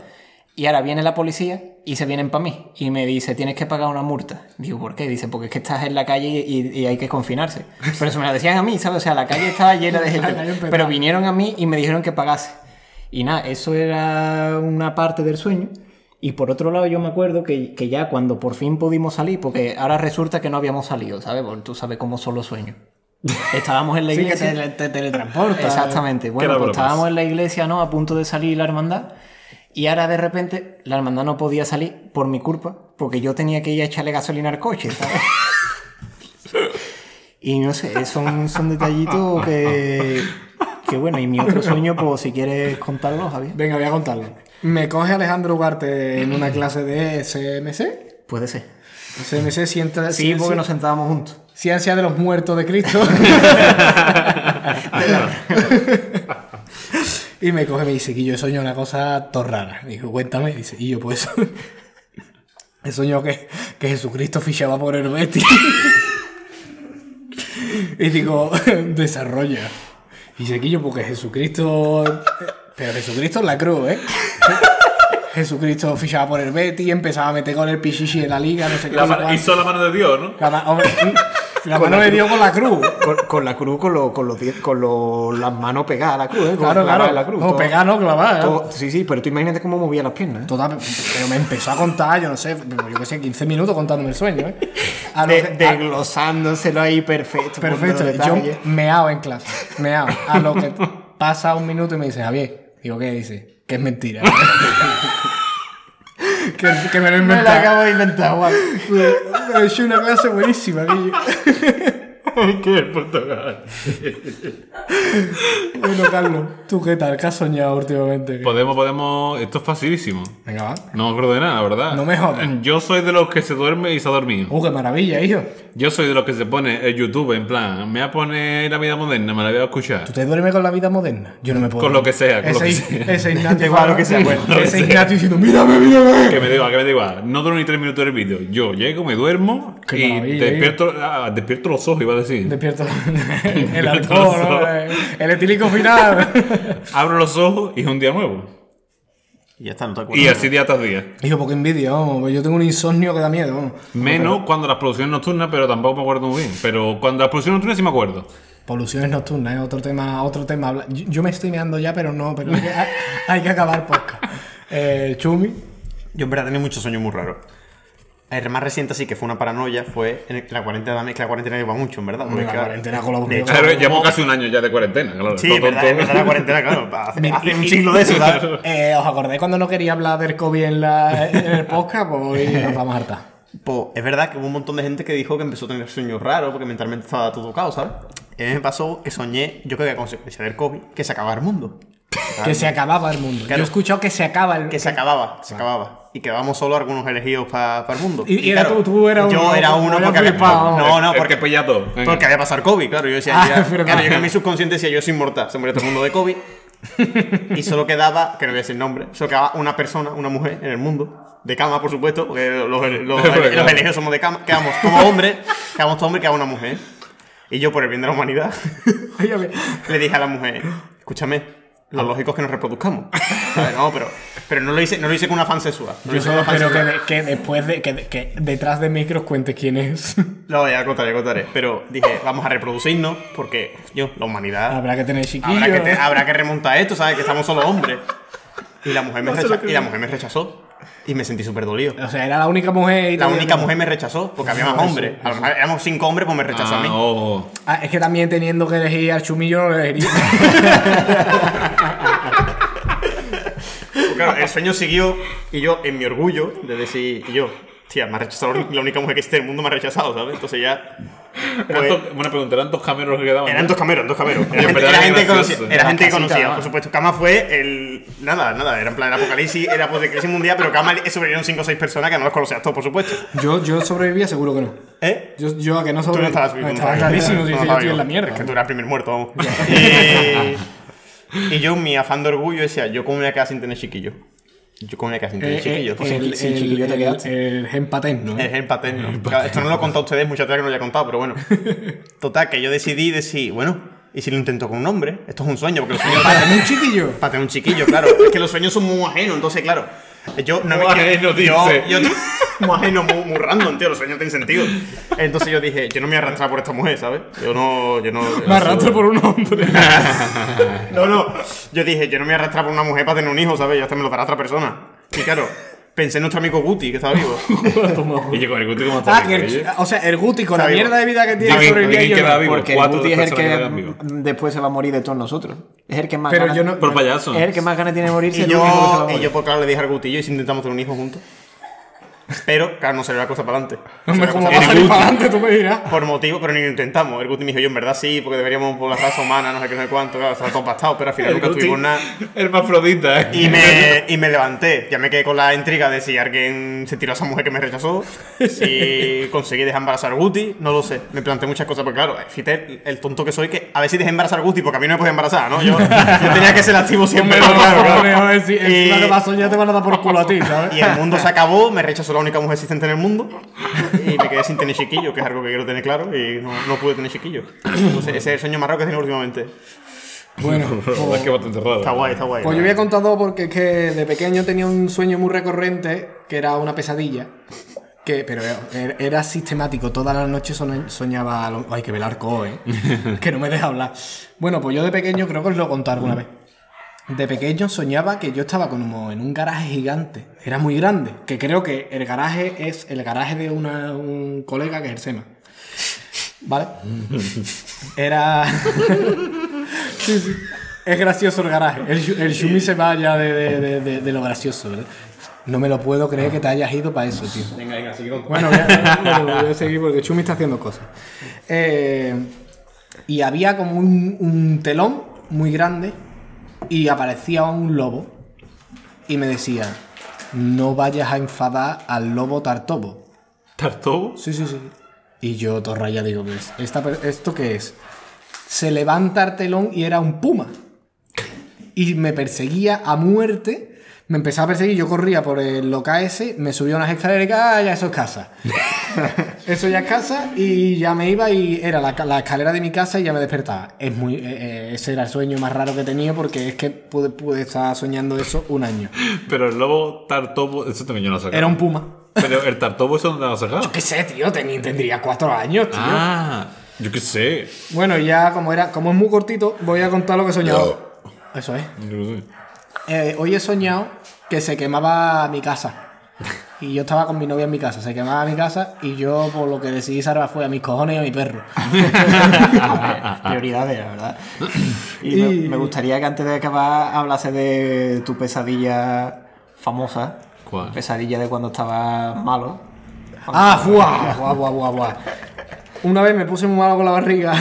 Speaker 4: Y ahora viene la policía y se vienen para mí y me dice, tienes que pagar una multa. Digo, ¿por qué? Dice, porque es que estás en la calle y, y hay que confinarse. Pero eso me lo decían a mí, ¿sabes? O sea, la calle estaba llena de gente.
Speaker 1: La calle empezaba.
Speaker 4: Pero vinieron a mí y me dijeron que pagase. Y nada, eso era una parte del sueño. Y por otro lado, yo me acuerdo que, que ya cuando por fin pudimos salir, porque ahora resulta que no habíamos salido, ¿sabes? Porque tú sabes cómo son los sueños. Estábamos en la
Speaker 1: Sí, que
Speaker 4: iglesia.
Speaker 1: te, te teletransporta.
Speaker 4: Exactamente. Bueno,
Speaker 2: era
Speaker 4: pues
Speaker 2: bromas.
Speaker 4: estábamos en la iglesia, ¿no? A punto de salir la hermandad. Y ahora de repente la hermandad no podía salir por mi culpa, porque yo tenía que ir a echarle gasolina al coche, ¿sabes? y no sé, son, son detallitos que, que bueno, y mi otro sueño, pues si quieres contarlo, Javier.
Speaker 1: Venga, voy a contarlo. Me coge Alejandro Ugarte en una clase de CMC.
Speaker 4: Puede ser.
Speaker 1: CMC, ciencia,
Speaker 4: Sí, porque nos sentábamos juntos.
Speaker 1: ciencia de los muertos de Cristo. y me coge y me dice que yo sueño una cosa tan rara. Digo, cuéntame. Dice, y yo pues... He soñado que, que Jesucristo fichaba por el Betis. y digo, desarrolla. Y dice Quillo, porque Jesucristo... Pero Jesucristo en la cruz, ¿eh? Jesucristo fichaba por el Betis, empezaba a meter con el pichichi en la liga, no sé qué.
Speaker 2: La
Speaker 1: no sé
Speaker 2: mano-
Speaker 1: cuánto.
Speaker 2: hizo la mano de Dios, ¿no?
Speaker 1: La, ma- hombre, la mano me dio con la cruz.
Speaker 4: Con, la cruz, con, con, con las manos pegadas a la cruz, ¿eh?
Speaker 1: Claro, claro. o pegar, no clavar. ¿eh?
Speaker 4: sí, sí, pero tú imagínate cómo movía las piernas.
Speaker 1: Total, pero me empezó a contar, yo no sé, yo qué sé, 15 minutos contándome el sueño, ¿eh? A lo
Speaker 4: De-
Speaker 1: que- a-
Speaker 4: desglosándoselo ahí perfecto.
Speaker 1: perfecto,
Speaker 4: con todo
Speaker 1: yo
Speaker 4: detalle.
Speaker 1: meao en clase, meao. A lo que pasa un minuto y me dice, Javier, digo, ¿qué? Dice, que es mentira. que, que me lo he
Speaker 4: Me la
Speaker 1: inventado.
Speaker 4: acabo de inventar, Juan.
Speaker 1: Me, me he hecho una clase buenísima, Guillo.
Speaker 2: ¿Qué Pues, es Portugal?
Speaker 1: Bueno, Carlos, ¿tú qué tal? ¿Qué has soñado últimamente?
Speaker 2: Podemos, podemos. Esto es facilísimo.
Speaker 1: Venga, va.
Speaker 2: No me acuerdo de nada, ¿verdad? Eh,
Speaker 1: No me jodas.
Speaker 2: Yo soy de los que se duerme y se ha dormido.
Speaker 1: Uh, qué maravilla, hijo.
Speaker 2: Yo soy de los que se pone el YouTube en plan, me voy a poner la vida moderna, me la voy a escuchar.
Speaker 1: ¿Tú te duermes con la vida moderna? Yo no me puedo.
Speaker 2: Con lo que sea, con
Speaker 1: ese,
Speaker 2: lo que
Speaker 1: Ign-
Speaker 2: sea.
Speaker 1: Ese Ignacio.
Speaker 4: Da igual lo que sea, bueno,
Speaker 2: lo que
Speaker 1: ese
Speaker 2: sea.
Speaker 1: Ignacio diciendo, mírame, mírame.
Speaker 2: Que me da igual, que me da igual. No duro ni tres minutos el vídeo. Yo llego, me duermo
Speaker 1: Qué
Speaker 2: y
Speaker 1: maravilla,
Speaker 2: despierto, ah, despierto los ojos, iba a decir.
Speaker 1: Despierto el alcohol, ¿no? el etílico final.
Speaker 2: Abro los ojos y es un día nuevo.
Speaker 3: Y ya está, no te acuerdas.
Speaker 2: Y así día tras día.
Speaker 1: Hijo, porque envidia, vamos. pues Yo tengo un insomnio que da miedo, vamos.
Speaker 2: Menos cuando las producciones nocturnas, pero tampoco me acuerdo muy bien. Pero cuando las producciones nocturnas sí me acuerdo.
Speaker 1: Poluciones nocturnas, es otro tema, otro tema. Habla- Yo, yo me estoy meando ya, pero no, pero hay que, hay- hay que acabar podcast. Eh, Chumi,
Speaker 3: Yo en verdad tenía muchos sueños muy raros. El más reciente sí que fue una paranoia fue en el- la cuarentena, también, que la cuarentena lleva mucho, en verdad. porque,
Speaker 1: Hombre, la
Speaker 3: claro,
Speaker 1: cuarentena con los
Speaker 3: de hecho,
Speaker 1: Claro,
Speaker 2: Claro, llevamos casi un año ya de cuarentena, claro.
Speaker 3: Sí,
Speaker 2: Todo-
Speaker 3: en verdad,
Speaker 2: todo-
Speaker 3: en verdad la cuarentena, claro, hace,
Speaker 1: Mira,
Speaker 3: hace un siglo de eso, ¿sabes?
Speaker 1: eh, ¿os acordáis cuando no quería hablar del COVID en, la, en el podcast? Pues hoy nos vamos a hartar.
Speaker 3: Po, Pues, es verdad que hubo un montón de gente que dijo que empezó a tener sueños raros porque mentalmente estaba todo tocado, ¿sabes? Y a mí me pasó que soñé, yo creo que a consecuencia del COVID, que se acababa el mundo.
Speaker 1: Que se acababa el mundo.
Speaker 3: Claro.
Speaker 1: Yo he escuchado que se acaba el
Speaker 3: Que se acababa, se acababa. Y quedamos solo algunos elegidos para el mundo.
Speaker 1: Y- y era tú- tú eras
Speaker 3: Yo
Speaker 1: uno,
Speaker 3: era
Speaker 1: tú
Speaker 3: uno
Speaker 1: eras
Speaker 3: porque había...
Speaker 1: flipado.
Speaker 3: No, no,
Speaker 2: El que
Speaker 3: porque,
Speaker 2: pilla todo. Venga.
Speaker 3: porque había pasado el COVID, claro. Yo decía,
Speaker 1: Ah,
Speaker 3: ya-
Speaker 1: es verdad.
Speaker 3: claro, yo que en mi subconsciente decía, yo soy inmortal, se muere todo el mundo de COVID. y solo quedaba, que no voy a decir nombre, solo quedaba una persona, una mujer en el mundo. De cama, por supuesto, porque los, los, los elegidos somos de cama. Quedamos como hombres, quedamos todos hombres, quedaba una mujer. Y yo, por el bien de la humanidad, le dije a la mujer, escúchame, lo lógico es que nos reproduzcamos. ¿Sabes? No, pero, pero no, lo hice, no lo hice con una fan sexual. No lo
Speaker 1: Yo
Speaker 3: hice
Speaker 1: solo
Speaker 3: con una fan
Speaker 1: espero que,
Speaker 3: sexual.
Speaker 1: de- que después de que, de- que detrás de micros cuentes quién es.
Speaker 3: No, ya contaré, contaré. Pero dije, vamos a reproducirnos porque, yo, la humanidad...
Speaker 1: Habrá que tener chiquillo.
Speaker 3: Habrá que, te- habrá que remontar esto, ¿sabes? Que estamos solo hombres. Y la mujer me, recha- y la mujer me rechazó. Y me sentí súper dolido.
Speaker 2: Eh,
Speaker 1: O sea, era la única mujer. y
Speaker 3: La
Speaker 1: también-
Speaker 3: única mujer me rechazó porque había más
Speaker 1: No, eso,
Speaker 3: hombres. A lo mejor éramos cinco hombres, pues me rechazó a
Speaker 2: Ah,
Speaker 3: mí.
Speaker 2: oh,
Speaker 1: Ah, es que también teniendo que elegir al chumillo no lo elegiría.
Speaker 3: Claro, el sueño siguió y yo, en mi orgullo, de decir, y yo, tía, me ha rechazado la única mujer que existe en el mundo, me ha rechazado, ¿sabes? Entonces ya.
Speaker 2: oh.
Speaker 3: pues,
Speaker 2: Tanto- Una pregunta, ¿eran dos cameros que quedaban? ¿eh?
Speaker 3: eran dos cameros, dos cameros. Era
Speaker 2: Yo,
Speaker 3: gente,
Speaker 2: pero
Speaker 3: era
Speaker 2: era
Speaker 3: gente que
Speaker 2: gracioso.
Speaker 3: conocía, era
Speaker 4: La
Speaker 3: gente que
Speaker 4: casita,
Speaker 3: conocía.
Speaker 4: ¿no?
Speaker 3: Por supuesto, Cama fue el. Nada, nada, era en plan el apocalipsis, el apocalipsis mundial, pero Cama sobrevivieron cinco o seis personas que no los conocías todos, por supuesto.
Speaker 1: yo, yo sobrevivía, seguro que no.
Speaker 3: ¿Eh?
Speaker 1: Yo, yo a que no
Speaker 3: Tú no
Speaker 1: sobrevivía.
Speaker 3: estabas vivo.
Speaker 1: No,
Speaker 3: no
Speaker 1: estaba
Speaker 3: estabas vivo.
Speaker 1: clarísimo,
Speaker 3: No
Speaker 1: sí, sí, yo
Speaker 3: estabas
Speaker 1: estoy en la
Speaker 3: vivo.
Speaker 1: mierda.
Speaker 3: Es que tú eras el primer muerto, vamos. Eh, y yo, mi afán de orgullo, decía, yo como me voy a quedar sin tener chiquillo. Yo con el casi
Speaker 1: Eh,
Speaker 3: entero,
Speaker 1: eh,
Speaker 3: chiquillo.
Speaker 1: el,
Speaker 4: sí, sí,
Speaker 1: el-
Speaker 4: chiquillo, te
Speaker 1: el-
Speaker 4: quedaste.
Speaker 1: el gen patent, ¿no?
Speaker 3: Es el paterno. Claro, Esto no lo he contado a ustedes, muchas veces que no lo he contado, pero bueno. Total, que yo decidí decir, bueno, ¿y si lo intento con un hombre? Esto es un sueño, porque los sueños para,
Speaker 1: Patent, un chiquillo.
Speaker 3: para tener un chiquillo, claro. Es que los sueños son muy ajenos, entonces, claro. Yo no
Speaker 2: Muy ajeno,
Speaker 3: yo,
Speaker 2: dice.
Speaker 3: yo- muy ajeno, muy, muy random, tío. Los sueños tienen sentido. Entonces yo dije, yo no me voy a arrastrar por esta mujer, ¿sabes? Yo no. Yo no
Speaker 1: Me arrastro por un hombre.
Speaker 3: no, no. Yo dije, yo no me voy a arrastrar por una mujer para tener un hijo, ¿sabes? Ya hasta me lo dará otra persona. Y claro, pensé en nuestro amigo Guti, que está vivo.
Speaker 2: Y llegó el Guti como
Speaker 1: Ah,
Speaker 2: tal.
Speaker 1: que el- o sea, el Guti con la
Speaker 3: Está vivo.
Speaker 1: mierda de vida que tiene
Speaker 2: Dime,
Speaker 1: sobreviviría
Speaker 2: dime
Speaker 1: yo
Speaker 2: que
Speaker 1: no.
Speaker 2: da vivo.
Speaker 4: Porque el
Speaker 2: cuatro
Speaker 4: Guti
Speaker 2: de
Speaker 4: es el
Speaker 2: personas que quedan
Speaker 4: que
Speaker 2: vivos.
Speaker 4: después se va a morir de todos nosotros. Es el que más
Speaker 1: Pero
Speaker 4: ganas-
Speaker 1: yo no-
Speaker 2: Por payaso.
Speaker 4: Es el que más ganas tiene de morirse.
Speaker 3: Y
Speaker 4: el único que se va
Speaker 3: yo,
Speaker 4: a
Speaker 3: y
Speaker 4: morir.
Speaker 3: yo, pues claro, le dije al Gutillo y si intentamos tener un hijo juntos. Pero, claro, no se la cosa para adelante.
Speaker 1: Hombre, como va a
Speaker 2: El
Speaker 1: salir
Speaker 2: Guti.
Speaker 1: para adelante, tú me dirás.
Speaker 3: Por motivo, pero ni lo intentamos. El Guti me dijo, yo en verdad sí, porque deberíamos por la raza humana, no sé qué, no sé cuánto, claro, está todo pastado, pero al final nunca tuvimos nada.
Speaker 2: El mafrodita, ¿eh?
Speaker 3: Y me, y me levanté, ya me quedé con la intriga de si alguien se tiró a esa mujer que me rechazó, si conseguí dejar embarazar a Guti, no lo sé. Me planteé muchas cosas, pero claro, fíjate el, el tonto que soy, que a ver si dejé embarazar a Guti, porque a mí no me podía embarazar, ¿no? Yo, yo tenía que ser activo siempre.
Speaker 1: Hombre,
Speaker 3: claro, claro.
Speaker 1: hombre, a ver si encima
Speaker 3: Y-
Speaker 1: que vas a soñar te van a dar por culo a ti, ¿sabes?
Speaker 3: Y el mundo se acabó, me rechazó la única mujer existente en el mundo y me quedé sin tener chiquillo, que es algo que quiero tener claro y no, no pude tener chiquillo. Entonces, ese es el sueño más raro que he tenido últimamente.
Speaker 1: Bueno,
Speaker 2: Bro, es que bastante raro.
Speaker 3: Está guay, está guay.
Speaker 1: Pues yo voy a contar dos porque es que de pequeño tenía un sueño muy recurrente que era una pesadilla. Que, pero era, era sistemático, todas las noches soñ- soñaba. lo- Ay, que velar co, ¿eh? que no me deja hablar. Bueno, pues yo de pequeño creo que os lo he contado alguna vez. De pequeño soñaba que yo estaba como en un garaje gigante. Era muy grande. Que creo que el garaje es el garaje de una- un colega que es el SEMA. ¿Vale? Era. Sí, sí. Es gracioso el garaje. El, Yu- el Yumi se vaya de, de- de- de- de lo gracioso, ¿verdad? No me lo puedo creer que te hayas ido para eso, tío.
Speaker 3: Venga, venga, sigue con-
Speaker 1: Bueno, voy a, bueno, voy a seguir porque Chumi está haciendo cosas. Eh, y había como un, un telón muy grande y aparecía un lobo y me decía, no vayas a enfadar al lobo Tartobo.
Speaker 2: ¿Tartobo?
Speaker 1: Sí, sí, sí. Y yo, Torraya, digo, pues, esta per- ¿esto qué es? Se levanta el telón y era un puma. Y me perseguía a muerte. Me empezaba a perseguir, yo corría por el local ese, me subía a unas escaleras y decía, "Ah, ya eso es casa. eso ya es casa y ya me iba y era la, ca- la escalera de mi casa y ya me despertaba. Es muy, eh, eh, ese era el sueño más raro que tenía porque es que pude, pude estar soñando eso un año.
Speaker 2: Pero el lobo Tartobo. Eso también yo no lo sacaba.
Speaker 1: Era un puma.
Speaker 2: Pero el Tartobo, eso no lo sacaba.
Speaker 1: ¿Qué sé, tío? Tenía, tendría cuatro años, tío.
Speaker 2: Ah, yo qué sé.
Speaker 1: Bueno, ya como era, como es muy cortito, voy a contar lo que he soñado. Eso es.
Speaker 2: Yo qué sé.
Speaker 1: Eh, hoy he soñado que se quemaba mi casa. Y yo estaba con mi novia en mi casa, se quemaba mi casa y yo por lo que decidí salvar fue a mis cojones y a mi perro.
Speaker 4: Prioridades, la verdad. Y,
Speaker 1: Y-
Speaker 4: Me, me gustaría que antes de acabar hablase de tu pesadilla famosa.
Speaker 2: ¿Cuál?
Speaker 4: Pesadilla de cuando estabas malo.
Speaker 1: ¡Ah, guau! ¡Guau, guau, guau, guau! Una vez me puse muy malo con la barriga.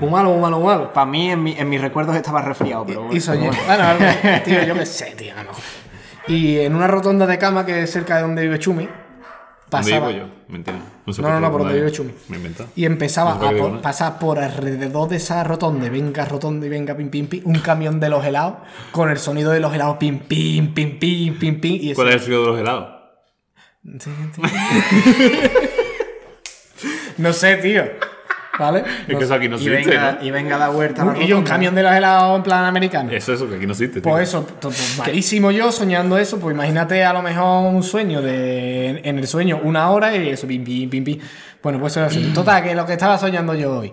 Speaker 1: muy malo, muy malo, muy malo.
Speaker 4: Para mí, en, mi- en mis recuerdos estaba resfriado, pero bueno,
Speaker 1: Y soñé.
Speaker 4: pero bueno.
Speaker 1: Bueno, algo, tío, yo qué sé, tío, a lo mejor. Y en una rotonda de cama que es cerca de donde vive Chumi,
Speaker 2: ¿Dónde
Speaker 1: pasaba.
Speaker 2: vivo yo? Mentira.
Speaker 1: No,
Speaker 2: sé por
Speaker 1: no,
Speaker 2: qué
Speaker 1: no, por
Speaker 2: lo
Speaker 1: donde vive
Speaker 2: mandé.
Speaker 1: Chumi.
Speaker 2: Me he inventado.
Speaker 1: Y empezaba
Speaker 2: No sé por
Speaker 1: a
Speaker 2: qué
Speaker 1: por-
Speaker 2: digo, ¿no?
Speaker 1: pasar por alrededor de esa rotonda, y venga rotonda y venga pim pim pim, un camión de los helados con el sonido de los helados pim pim pim pim pim pim y eso.
Speaker 2: ¿Cuál es el sonido de los helados?
Speaker 1: No sé, tío. ¿Vale?
Speaker 2: Es que eso aquí no
Speaker 4: Y
Speaker 2: existe,
Speaker 4: venga,
Speaker 2: ¿no?
Speaker 4: y venga a dar vuelta. a la
Speaker 1: No- y yo un
Speaker 4: rotonda.
Speaker 1: camión de los helados en plan americano.
Speaker 2: Eso es eso, que aquí no existe. tío.
Speaker 1: Pues eso, to- pues malísimo yo soñando eso, pues imagínate a lo mejor un sueño de en- en el sueño una hora y eso pim pim pim pim. Bueno, pues eso era así. Total, que lo que estaba soñando yo hoy.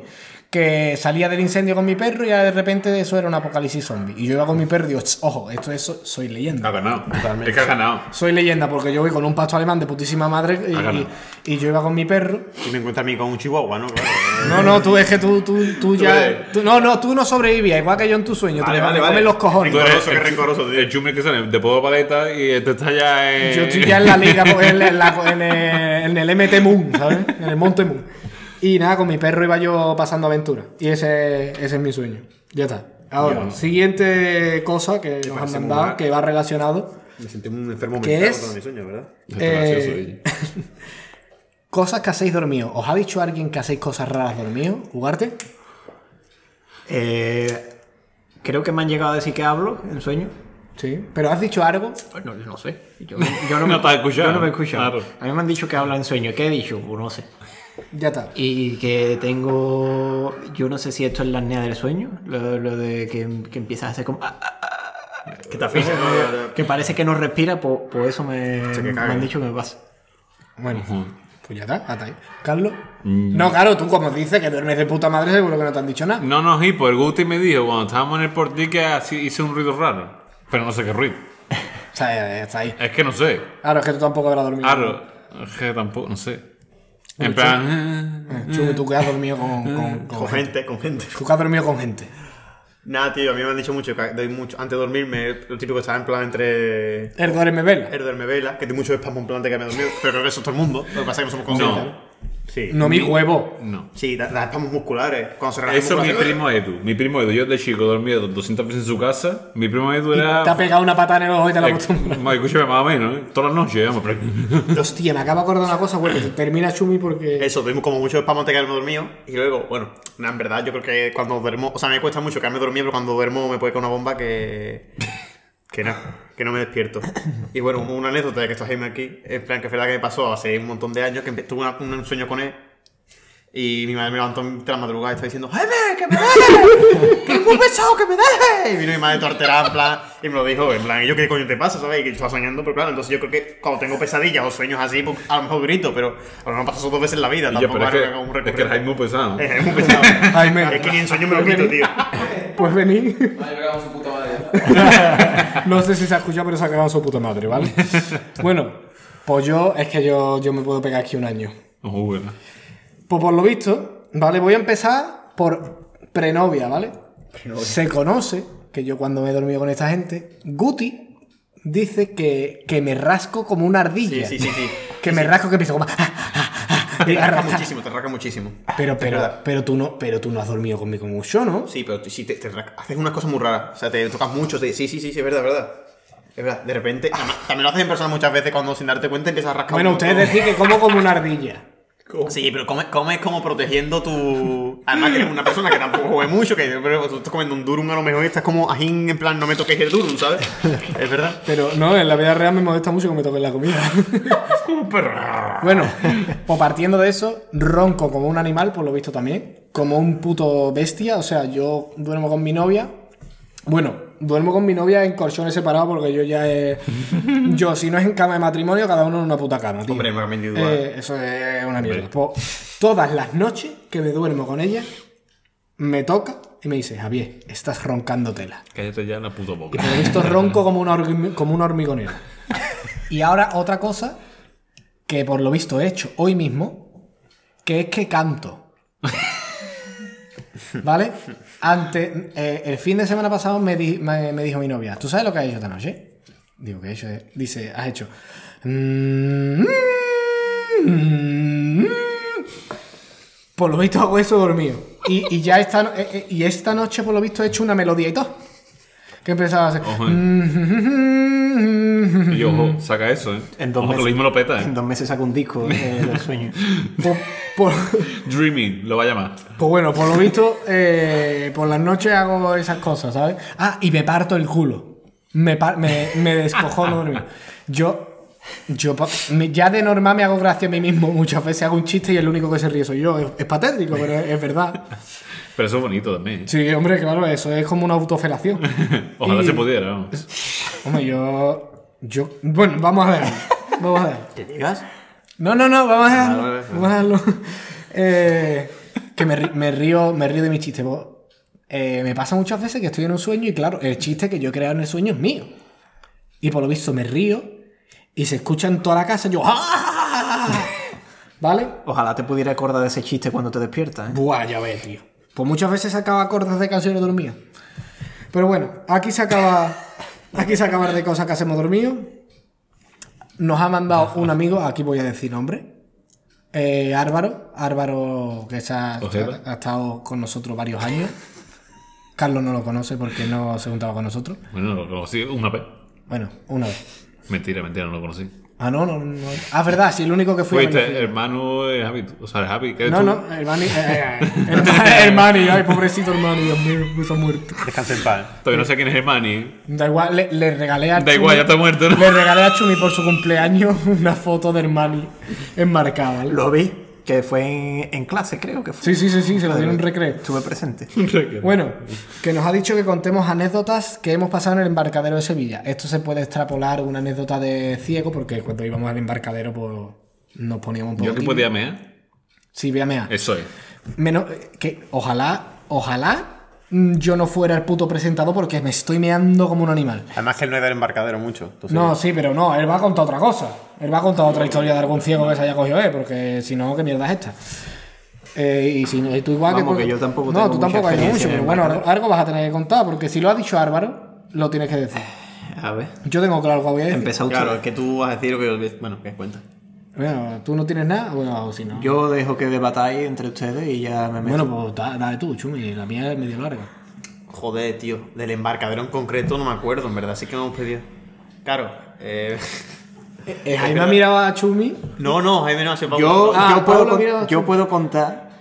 Speaker 1: Que salía del incendio con mi perro y de repente eso era un apocalipsis zombie. Y yo iba con mi perro y digo, "Ch, ojo, esto es so- soy
Speaker 2: Ha
Speaker 1: leyenda.
Speaker 2: ganado. Es que ha ganado.
Speaker 1: Soy leyenda porque yo voy con un pasto alemán de putísima madre y,
Speaker 2: Ha ganado.
Speaker 1: y- y yo iba con mi perro.
Speaker 3: Y me encuentra a mí con un chihuahua, ¿no? Claro. eh.
Speaker 1: No, no, tú es que tú, tú, tú ya...
Speaker 2: eres-
Speaker 1: tú- no, no, tú no sobrevivías, igual que yo en tu sueño.
Speaker 3: Vale,
Speaker 1: te
Speaker 3: vale,
Speaker 1: te
Speaker 3: vale.
Speaker 1: comen los cojones.
Speaker 2: Tú eres
Speaker 3: Rencoroso, qué
Speaker 2: el-
Speaker 3: rencoroso, tío.
Speaker 2: El chumi que sale de podo paleta y este está ya en.
Speaker 1: Yo estoy ya en la liga, pues, en, la- en la- en el, en el MT Moon, ¿sabes? En el Monte Moon. Y nada, con mi perro iba yo pasando aventuras. Y ese, ese es mi sueño. Ya está. Ahora, siguiente cosa que nos han
Speaker 3: parece muy
Speaker 1: mandado,
Speaker 3: mal.
Speaker 1: que va relacionado.
Speaker 3: Me sentí un enfermo
Speaker 1: ¿Qué
Speaker 3: mental
Speaker 1: es?
Speaker 3: con mi sueño, ¿verdad?
Speaker 2: Está
Speaker 1: Eh,
Speaker 2: gracioso, oye.
Speaker 1: Cosas que hacéis dormido. ¿Os ha dicho alguien que hacéis cosas raras dormido? ¿Jugarte?
Speaker 4: Eh, creo que me han llegado a decir que hablo en sueño.
Speaker 1: Sí. Pero has dicho algo.
Speaker 4: Bueno, yo no sé. Yo, yo
Speaker 2: No te has escuchado.
Speaker 4: yo no me he escuchado.
Speaker 2: Claro.
Speaker 4: A mí me han dicho que habla en sueño. ¿Qué he dicho? Pues no sé.
Speaker 1: Ya está.
Speaker 4: Y que tengo. Yo no sé si esto es la apnea del sueño. Lo, lo de que, que empiezas a hacer como. ah, ah, ah, que te asfixias,
Speaker 1: Eh,
Speaker 4: ¿no? Que parece que no respira, pues eso me,
Speaker 3: Se que
Speaker 4: me
Speaker 3: cague.
Speaker 4: han dicho que me pasa.
Speaker 1: Bueno, pues ya está, hasta ahí. Carlos. No, claro, tú como dices que duermes de puta madre, seguro que no te han dicho nada.
Speaker 2: No, no, Hipo, el Guti me dijo cuando estábamos en el portí que así hice un ruido raro. Pero no sé qué ruido.
Speaker 1: O sea, ya- ya está ahí.
Speaker 2: Es que no sé.
Speaker 1: Claro, es que tú tampoco habrás dormido.
Speaker 2: Claro, es que tampoco, no sé. En plan. eh,
Speaker 1: Chuy, tú que has dormido con, con- con
Speaker 3: Con
Speaker 1: gente.
Speaker 3: gente, con gente.
Speaker 1: Tú que has dormido con gente.
Speaker 3: Nada, tío, a mí me han dicho mucho que doy mucho. Antes de dormirme, lo típico que estaba en plan entre.
Speaker 1: El duerme vela.
Speaker 3: El duerme vela, que tengo mucho espasmo en plan de que me he dormido. Pero creo que eso es todo el mundo. Lo que pasa es que no somos conscientes.
Speaker 2: No.
Speaker 3: Sí.
Speaker 1: No mi huevo.
Speaker 2: eh, No.
Speaker 3: Sí, da- las espasmos musculares. Cuando se relajan
Speaker 2: Eso mi
Speaker 3: musculares-
Speaker 2: primo Edu. Mi primo Edu. Yo de chico dormía 200 veces en su casa. Mi primo Edu era.
Speaker 1: Te ha pegado una patada en el ojo y te la
Speaker 2: Eh,
Speaker 1: acostumbra.
Speaker 2: ma, Escúchame, más o menos. ¿eh? Todas las noches, vamos. pero-
Speaker 1: Hostia, me acabo de acordar una cosa, güey. que Termina Chumi porque.
Speaker 3: Eso, doy como mucho espasmo antes de quedarme dormido. Y luego, bueno, nada, en verdad, yo creo que cuando duermo. O sea, me cuesta mucho quedarme dormido, pero cuando duermo me puede caer una bomba que. Que nada, que no me despierto. Y bueno, una anécdota de que está Jaime aquí, en plan que es verdad que me pasó hace un montón de años, que empe- tuve una- un sueño con él y mi madre me levantó entre la madrugada y estaba diciendo ¡Jaime, que me dejes! ¡Que es muy pesado, que me dejes! Y vino mi madre torterada en plan y me lo dijo, en plan, ¿y yo qué coño te pasa? ¿Sabes? Y que yo estaba soñando, pero claro, entonces yo creo que cuando tengo pesadillas o sueños así, pues, a lo mejor grito, pero a lo mejor pasa eso dos veces en la vida,
Speaker 2: Y yo,
Speaker 3: tampoco
Speaker 2: pero es
Speaker 3: es
Speaker 2: que-
Speaker 3: algo muy
Speaker 2: es que el Jaime
Speaker 3: recurrente.
Speaker 2: es muy pesado.
Speaker 3: Es muy pesado.
Speaker 1: Jaime.
Speaker 3: Eh, Es que ni en sueño me lo grito, tío.
Speaker 1: Pues vení.
Speaker 5: No, yo cagaba su puta madre.
Speaker 1: No sé si se ha escuchado, pero se ha cagado su puta madre, ¿vale? Bueno, pues yo, es que yo, yo me puedo pegar aquí un año.
Speaker 2: Ojo, bueno.
Speaker 1: Pues por lo visto, ¿vale? Voy a empezar por prenovia, ¿vale? Se conoce que yo cuando me he dormido con esta gente, Guti dice que, que me rasco como una ardilla.
Speaker 3: Sí, sí, sí, sí.
Speaker 1: Que me rasco que empiezo como... "Ah,
Speaker 3: Te rasca
Speaker 1: arrastrar.
Speaker 3: muchísimo, te rasca muchísimo.
Speaker 1: ah, Pero, pero,
Speaker 3: verdad.
Speaker 1: pero tú no, pero tú no has dormido conmigo mucho, ¿no?
Speaker 3: Sí, pero tú- sí, te, te ra- haces unas cosas muy raras. O sea, te tocas mucho. te- sí, sí, sí, sí, es verdad, es verdad. Es verdad, de repente. además, También lo haces en persona muchas veces cuando sin darte cuenta empiezas a rascar.
Speaker 1: Bueno,
Speaker 3: un montón.
Speaker 1: ustedes decís que como como una ardilla.
Speaker 3: Sí, pero comes, comes como protegiendo tu. Además, que eres una persona que tampoco come mucho, que pero tú estás comiendo un durum a lo mejor y estás como ajín, en plan, no me toques el durum, ¿sabes? Es verdad.
Speaker 1: Pero no, en la vida real me molesta mucho que me toquen la comida. bueno, pues partiendo de eso, ronco como un animal, por lo visto también. Como un puto bestia. O sea, yo duermo con mi novia. Bueno, duermo con mi novia en colchones separados porque yo ya he... Yo, si no es en cama de matrimonio, cada uno en una puta cama, tío.
Speaker 3: Hombre, me cambio individual.
Speaker 1: Eh, eso es una mierda. Pues, todas las noches que me duermo con ella, me toca y me dice, Javier, estás roncando tela.
Speaker 2: Cállate ya la puta
Speaker 1: Y
Speaker 2: boca.
Speaker 1: por lo visto ronco como una, hormi- como una hormigonera. Y ahora otra cosa que por lo visto he hecho hoy mismo, que es que canto. ¿Vale? Antes, eh, el fin de semana pasado me, di- me- me dijo mi novia, ¿tú sabes lo que has hecho esta noche? Digo, ¿qué he hecho? Dice, has hecho... "Mm, mm, mm". Por lo visto hago eso dormido. Y, y ya esta, no- eh, eh, y esta noche, por lo visto, he hecho una melodía y todo. Que empezaba a hacer...
Speaker 2: Ojo, eh. Y yo, ojo, saca eso, ¿eh?
Speaker 4: En dos
Speaker 2: Ojo, que
Speaker 4: meses.
Speaker 2: lo mismo lo peta, ¿eh?
Speaker 4: En dos meses saco un disco eh, del sueño.
Speaker 1: Por- por-
Speaker 2: Dreaming, lo va a llamar.
Speaker 1: Pues bueno, por lo visto, eh, por las noches hago esas cosas, ¿sabes? Ah, y me parto el culo. Me, par- me, me descojono dormido. Yo, yo pa- me- ya de normal me hago gracia a mí mismo. Muchas veces hago un chiste y el único que se ríe soy yo. Es, es patético, pero es, es verdad.
Speaker 2: Pero eso es bonito también. ¿eh?
Speaker 1: Sí, hombre, claro, eso es como una autofelación.
Speaker 2: Ojalá
Speaker 1: Y-
Speaker 2: se pudiera, vamos.
Speaker 1: Hombre, yo, yo... Bueno, vamos a ver. Vamos a ver.
Speaker 3: ¿Te digas?
Speaker 1: No, no, no, vamos a dejarlo.
Speaker 3: Ah, Vale, vale, vale.
Speaker 1: Vamos a dejarlo. Eh, que me, ri- me río, me río de mi chiste. vos. Eh, me pasa muchas veces que estoy en un sueño y claro, el chiste que yo he creado en el sueño es mío. Y por lo visto me río y se escucha en toda la casa yo ¡Ah! ¿Vale?
Speaker 4: Ojalá te pudiera acordar de ese chiste cuando te despiertas. ¿eh?
Speaker 1: Buah, ya ves, tío. Pues muchas veces sacaba acordes de canciones dormidas. Pero bueno, aquí se acaba. Aquí se acaba de cosas que hacemos dormido. Nos ha mandado un amigo, aquí voy a decir nombre. eh, Álvaro. Álvaro, que se ha,
Speaker 2: Ojeda.
Speaker 1: ha estado con nosotros varios años. Carlos no lo conoce porque no se juntaba con nosotros.
Speaker 2: Bueno, lo conocí una vez.
Speaker 1: Bueno, una vez.
Speaker 2: Mentira, mentira, no lo conocí.
Speaker 1: Ah, no, no, no. Ah, verdad, sí, el único que fui. a
Speaker 2: Fuiste
Speaker 1: Benfica.
Speaker 2: hermano de Javi. tú- O sea, de Javi. ¿qué
Speaker 1: No,
Speaker 2: tú?
Speaker 1: no, hermano. eh, eh, eh, Hermano, ay, pobrecito hermano, Dios mío, está muerto.
Speaker 3: Descansa en paz.
Speaker 2: Todavía no sé quién es Hermani.
Speaker 1: Da igual, le, le regalé a
Speaker 2: Da igual, ya
Speaker 1: Chumi-
Speaker 2: está muerto, ¿no?
Speaker 1: Le regalé a Chumi por su cumpleaños una foto de Hermani enmarcada. ¿vale?
Speaker 4: Lo vi, que fue en, en clase, creo que fue.
Speaker 1: Sí, sí, sí, sí, se lo dieron en recreo.
Speaker 4: Estuve presente.
Speaker 1: Bueno, que nos ha dicho que contemos anécdotas que hemos pasado en el embarcadero de Sevilla. Esto se puede extrapolar una anécdota de ciego, porque cuando íbamos al embarcadero, pues nos poníamos un poco.
Speaker 2: Yo que
Speaker 1: tibios.
Speaker 2: podía Eh. mear.
Speaker 1: Sí, voy a mear.
Speaker 2: Eso es.
Speaker 1: Menos eh, que ojalá, ojalá mm, yo no fuera el puto presentado porque me estoy meando como un animal.
Speaker 3: Además que él no es del embarcadero mucho. entonces-
Speaker 1: No, sí, pero no, él va a contar otra cosa. Él va a contar otra historia de algún ciego que se haya cogido, eh, porque si no, ¿qué mierda es esta? Eh, y si no, y tú igual
Speaker 4: Vamos,
Speaker 1: porque-
Speaker 4: que yo tampoco
Speaker 1: No,
Speaker 4: tengo
Speaker 1: tú
Speaker 4: mucha
Speaker 1: tampoco hay mucho,
Speaker 4: experiencia en
Speaker 1: pero
Speaker 4: el
Speaker 1: bueno, algo,
Speaker 4: mercado.
Speaker 1: algo vas a tener que contar, porque si lo ha dicho Álvaro, lo tienes que decir.
Speaker 4: A ver,
Speaker 1: Yo tengo claro lo que voy a decir.
Speaker 4: empezó usted.
Speaker 3: Claro, es que tú vas a decir lo que... yo- Bueno, que cuenta.
Speaker 1: Bueno, tú no tienes nada, bueno, si no.
Speaker 4: Yo dejo que debatáis entre ustedes y ya me meto.
Speaker 1: Bueno, pues da- dale tú, Chumi, la mía es medio larga.
Speaker 3: Joder, tío. Del embarcadero en concreto no me acuerdo, en verdad. Así que no hemos pedido. Claro. Eh...
Speaker 1: Eh, eh, Jaime ha mirado a Chumi.
Speaker 3: No, no, Jaime no. ha sido
Speaker 4: yo,
Speaker 1: Ah,
Speaker 4: yo puedo,
Speaker 1: Pablo,
Speaker 4: con-
Speaker 1: mira,
Speaker 4: yo puedo contar.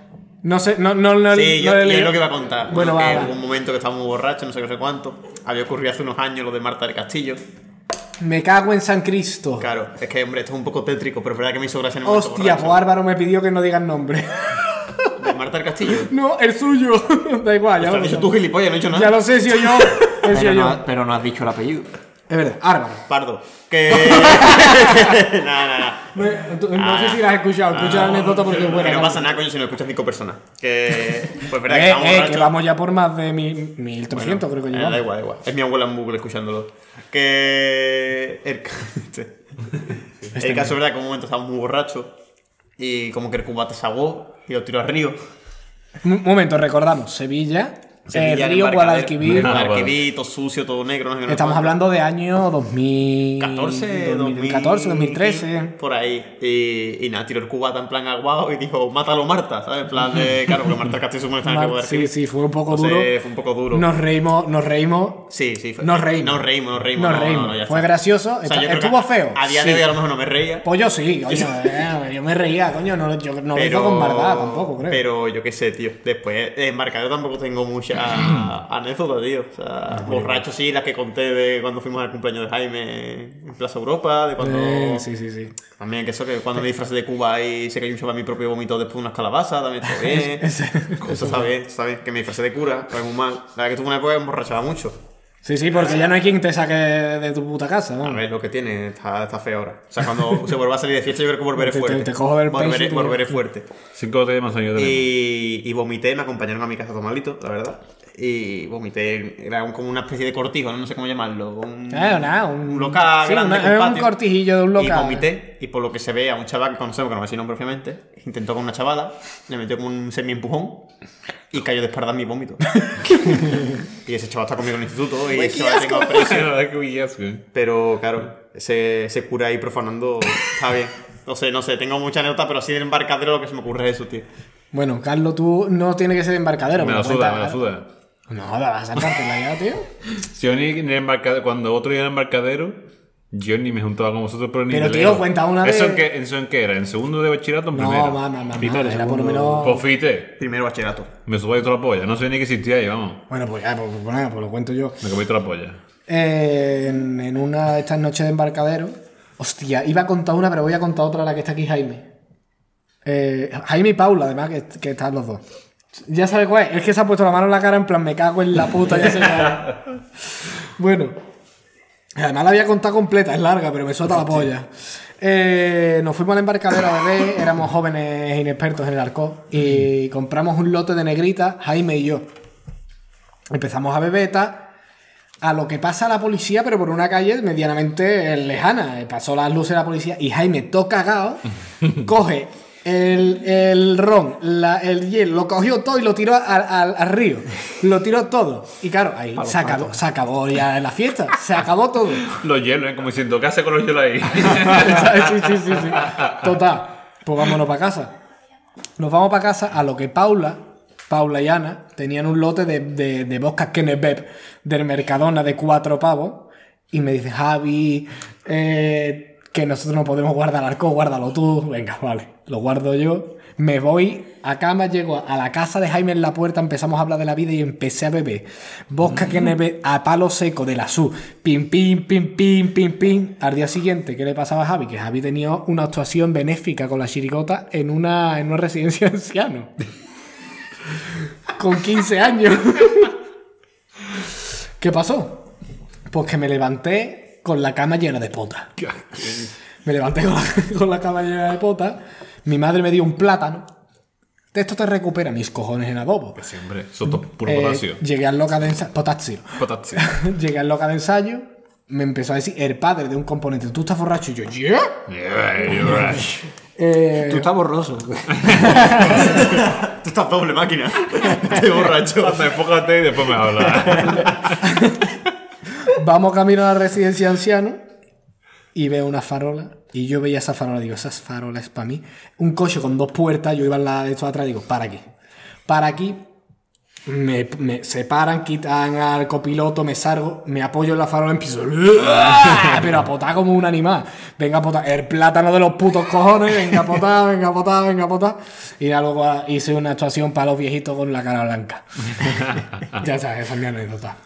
Speaker 1: No sé, no, no, no,
Speaker 3: Sí,
Speaker 1: no
Speaker 3: yo,
Speaker 1: le
Speaker 3: yo
Speaker 1: leí.
Speaker 3: es lo que iba a contar.
Speaker 1: Bueno,
Speaker 3: Bueno,
Speaker 1: va,
Speaker 3: que
Speaker 1: va.
Speaker 3: hubo un momento que estaba muy borracho, no sé qué, no sé cuánto. Había ocurrido hace unos años lo de Marta del Castillo.
Speaker 1: Me cago en San Cristo.
Speaker 3: Claro, es que, hombre, esto es un poco tétrico, pero es verdad que me hizo gracia en el momento
Speaker 1: Hostia, pues
Speaker 3: borracho.
Speaker 1: Álvaro me pidió que no digan nombre.
Speaker 3: ¿De Marta del Castillo?
Speaker 1: no, el suyo. da igual, ya lo,
Speaker 3: Lo has dicho
Speaker 1: sé.
Speaker 3: tú, gilipollas, no he dicho nada.
Speaker 1: Ya lo sé, si o yo. He sido
Speaker 4: Pero
Speaker 1: yo.
Speaker 4: no, pero no has dicho el apellido.
Speaker 1: Es verdad, Álvaro.
Speaker 3: Pardo. Que... nada, nada, nada.
Speaker 1: Me- tú- No sé si la has escuchado, escucha la anécdota porque es buena.
Speaker 3: Ah, Que no
Speaker 1: claro.
Speaker 3: pasa nada, coño, si no escuchas cinco personas. Que... Pues verdad que
Speaker 1: Eh,
Speaker 3: estábamos
Speaker 1: eh, que
Speaker 3: borrachos.
Speaker 1: vamos ya por más de mi- 1300, creo que
Speaker 3: Eh,
Speaker 1: llevamos.
Speaker 3: da igual, da igual. Es mi abuela en Google escuchándolo. Que. El, ca- este. El
Speaker 1: Este
Speaker 3: caso es verdad que en un momento estábamos muy borrachos y como que el cubata se ahogó y lo tiró al río.
Speaker 1: Un momento, recordamos: Sevilla, eh,
Speaker 3: Sevilla,
Speaker 1: Río
Speaker 3: embarcadero-
Speaker 1: Guadalquivir.
Speaker 2: Ah, vale.
Speaker 3: Guadalquivir, todo sucio, todo negro. No sé qué, no sé
Speaker 1: Estamos
Speaker 3: cuánto.
Speaker 1: hablando de año 2000,
Speaker 3: 14,
Speaker 1: 2014, 2013.
Speaker 3: Por ahí. Y, y nada, tiró el cubata en plan aguado y dijo, mátalo Marta, ¿sabes? En plan de. Claro, porque Marta Castillo supone Ah, que está en el río
Speaker 1: Mar- Sí,
Speaker 3: Guadalquivir.
Speaker 1: sí, fue un poco duro.
Speaker 3: Entonces, fue un poco duro.
Speaker 1: Nos reímos, nos reímos.
Speaker 3: Sí, sí. Fue,
Speaker 1: Nos reímos.
Speaker 3: Nos reímos, nos reímos.
Speaker 1: Nos
Speaker 3: no, no,
Speaker 1: reímos.
Speaker 3: no, ya
Speaker 1: Fue
Speaker 3: está.
Speaker 1: gracioso.
Speaker 3: O sea, yo creo que
Speaker 1: estuvo
Speaker 3: a-
Speaker 1: feo.
Speaker 3: A día
Speaker 1: Sí.
Speaker 3: de hoy a lo mejor no me reía.
Speaker 1: Pues yo sí, coño, eh, yo me reía, coño, no, lo- yo no lo hizo con maldad tampoco, creo.
Speaker 3: Pero yo qué sé, tío. Después, de embarcadero tampoco tengo mucha anécdota, tío. O sea,
Speaker 1: Ah,
Speaker 3: borracho sí, las que conté de cuando fuimos al cumpleaños de Jaime en Plaza Europa, de cuando.
Speaker 1: Eh, sí, sí, sí.
Speaker 3: También que eso, que cuando me disfrazé de Cuba y se cayó un chaval a mi propio vómito después de unas calabazas, también está bien.
Speaker 1: Ese-
Speaker 3: eso está bien, está bien. Que me disfrazé de cura, fue muy mal. La verdad que tuve una época que me emborrachaba mucho.
Speaker 1: Sí, sí, porque ya no hay quien te saque de, de tu puta casa.
Speaker 3: A
Speaker 1: vamos.
Speaker 3: ver, lo que tiene, está, está feo ahora. O sea, cuando se vuelva a salir de fiesta, yo creo que volveré
Speaker 1: Te- te-
Speaker 3: fuerte.
Speaker 1: te cojo del pecho y
Speaker 3: volveré,
Speaker 1: te-
Speaker 3: volveré fuerte.
Speaker 2: Cinco botellas más años de limón.
Speaker 3: Y, y vomité, me acompañaron a mi casa a tomarlito, la verdad. Y vomité, era un- como una especie de cortijo, no, No sé cómo llamarlo. Un,
Speaker 1: Ah, nada, un-
Speaker 3: local
Speaker 1: sí,
Speaker 3: grande.
Speaker 1: una-
Speaker 3: con
Speaker 1: era un
Speaker 3: patio.
Speaker 1: cortijillo de un local.
Speaker 3: Y vomité, y por lo que se ve a un chaval que conocemos, que no me sé el nombre obviamente, intentó con una chavala, le metió como un semi-empujón y cayó de espaldas mi vómito. y ese chaval está conmigo en el instituto y ese chaval tengo aprecio.
Speaker 2: Qué guillazo, eh.
Speaker 3: Pero claro, ese, ese cura ahí profanando está bien. No sé, no sé, tengo mucha anécdota, pero así del embarcadero lo que se me ocurre es eso, tío.
Speaker 1: Bueno, Carlos, tú no tienes que ser embarcadero.
Speaker 2: Me la
Speaker 1: pero
Speaker 2: suda,
Speaker 1: cuenta-
Speaker 2: me la suda.
Speaker 1: No, la vas a sacártela ya, tío.
Speaker 2: Si yo ni en el embarcadero, cuando otro día en el embarcadero, yo ni me juntaba con vosotros, pero ni
Speaker 1: Pero,
Speaker 2: de
Speaker 1: tío,
Speaker 2: lejos.
Speaker 1: cuenta una
Speaker 2: ¿Eso
Speaker 1: de-
Speaker 2: en qué, ¿Eso en qué era? ¿En segundo de bachillerato o en
Speaker 1: No,
Speaker 2: primero?
Speaker 1: mamá, mamá,
Speaker 4: Primero,
Speaker 1: era por lo
Speaker 4: segundo.
Speaker 1: menos...
Speaker 2: Pofite,
Speaker 3: Primero bachillerato.
Speaker 2: Pues me subo ahí toda la polla. No sé ni que existía ahí, vamos.
Speaker 1: Bueno, pues ya, pues, pues, nada, pues lo cuento yo.
Speaker 2: Me comí toda la polla.
Speaker 1: Eh, en, en una de estas noches de embarcadero. Hostia, iba a contar una, pero voy a contar otra, la que está aquí Jaime. Eh, Jaime y Paula, además, que, que están los dos. Ya sabes cuál es. Es que se ha puesto la mano en la cara en plan, me cago en la puta, ya sé cuál es. Bueno. Además la había contado completa, es larga, pero me suelta la polla. Eh, nos fuimos al embarcadero a beber, éramos jóvenes inexpertos en el arco y compramos un lote de negrita, Jaime y yo. Empezamos a beber, tal, a lo que pasa la policía, pero por una calle medianamente lejana. Eh, Pasó las luces de la policía y Jaime, todo cagado, coge el, el ron, la- el hielo, lo cogió todo y lo tiró al, al- al río. Lo tiró todo. Y claro, ahí se acabó, se acabó ya la fiesta. Se acabó todo.
Speaker 2: Los hielos, ¿eh? Como diciendo, ¿qué hace con los hielos ahí?
Speaker 1: sí, sí, sí, sí. Total. Pues vámonos para casa. Nos vamos para casa a lo que Paula, Paula y Ana, tenían un lote de, de, de boscas Kenebeb del Mercadona de cuatro pavos. Y me dice, Javi, eh, que nosotros no podemos guardar arco, guárdalo tú. Venga, vale, lo guardo yo. Me voy a cama, llego a la casa de Jaime en la puerta, empezamos a hablar de la vida y empecé a beber. Bosca que neve a palo seco de la SU. Pim, pim, pim, pim, pim, pim. Al día siguiente, ¿qué le pasaba a Javi? Que Javi tenía una actuación benéfica con la chirigota en una, en una residencia de ancianos. con 15 años. ¿Qué pasó? Pues que me levanté con la cama llena de potas. Me levanté con la, con la cama llena de potas. Mi madre me dio un plátano. De esto te recupera mis cojones en adobo.
Speaker 2: Sí, hombre, eso es puro
Speaker 1: Eh,
Speaker 2: potasio.
Speaker 1: llegué al loca de ensayo. Potasio.
Speaker 2: Potasio.
Speaker 1: llegué al loca de ensayo. Me empezó a decir el padre de un componente. ¿Tú estás borracho? Y yo, ¿yeah?
Speaker 2: Yeah, you're right.
Speaker 1: Eh,
Speaker 4: Tú estás borroso.
Speaker 5: Tú estás doble máquina. Estoy borracho.
Speaker 2: Entonces, enfócate y después me hablas.
Speaker 1: Vamos camino a la residencia de ancianos y veo una farola. Y yo veía esa farola, digo, esas farolas es para mí. Un coche con dos puertas, yo iba en la de esto atrás, digo, para aquí. Para aquí, me, me separan, quitan al copiloto, me salgo, me apoyo en la farola, empiezo. Pero a potar como un animal. Venga a potar, el plátano de los putos cojones, venga a potar, venga a potar, venga a potar. Y ya luego ah, hice una actuación para los viejitos con la cara blanca. ya sabes, esa es mi anécdota.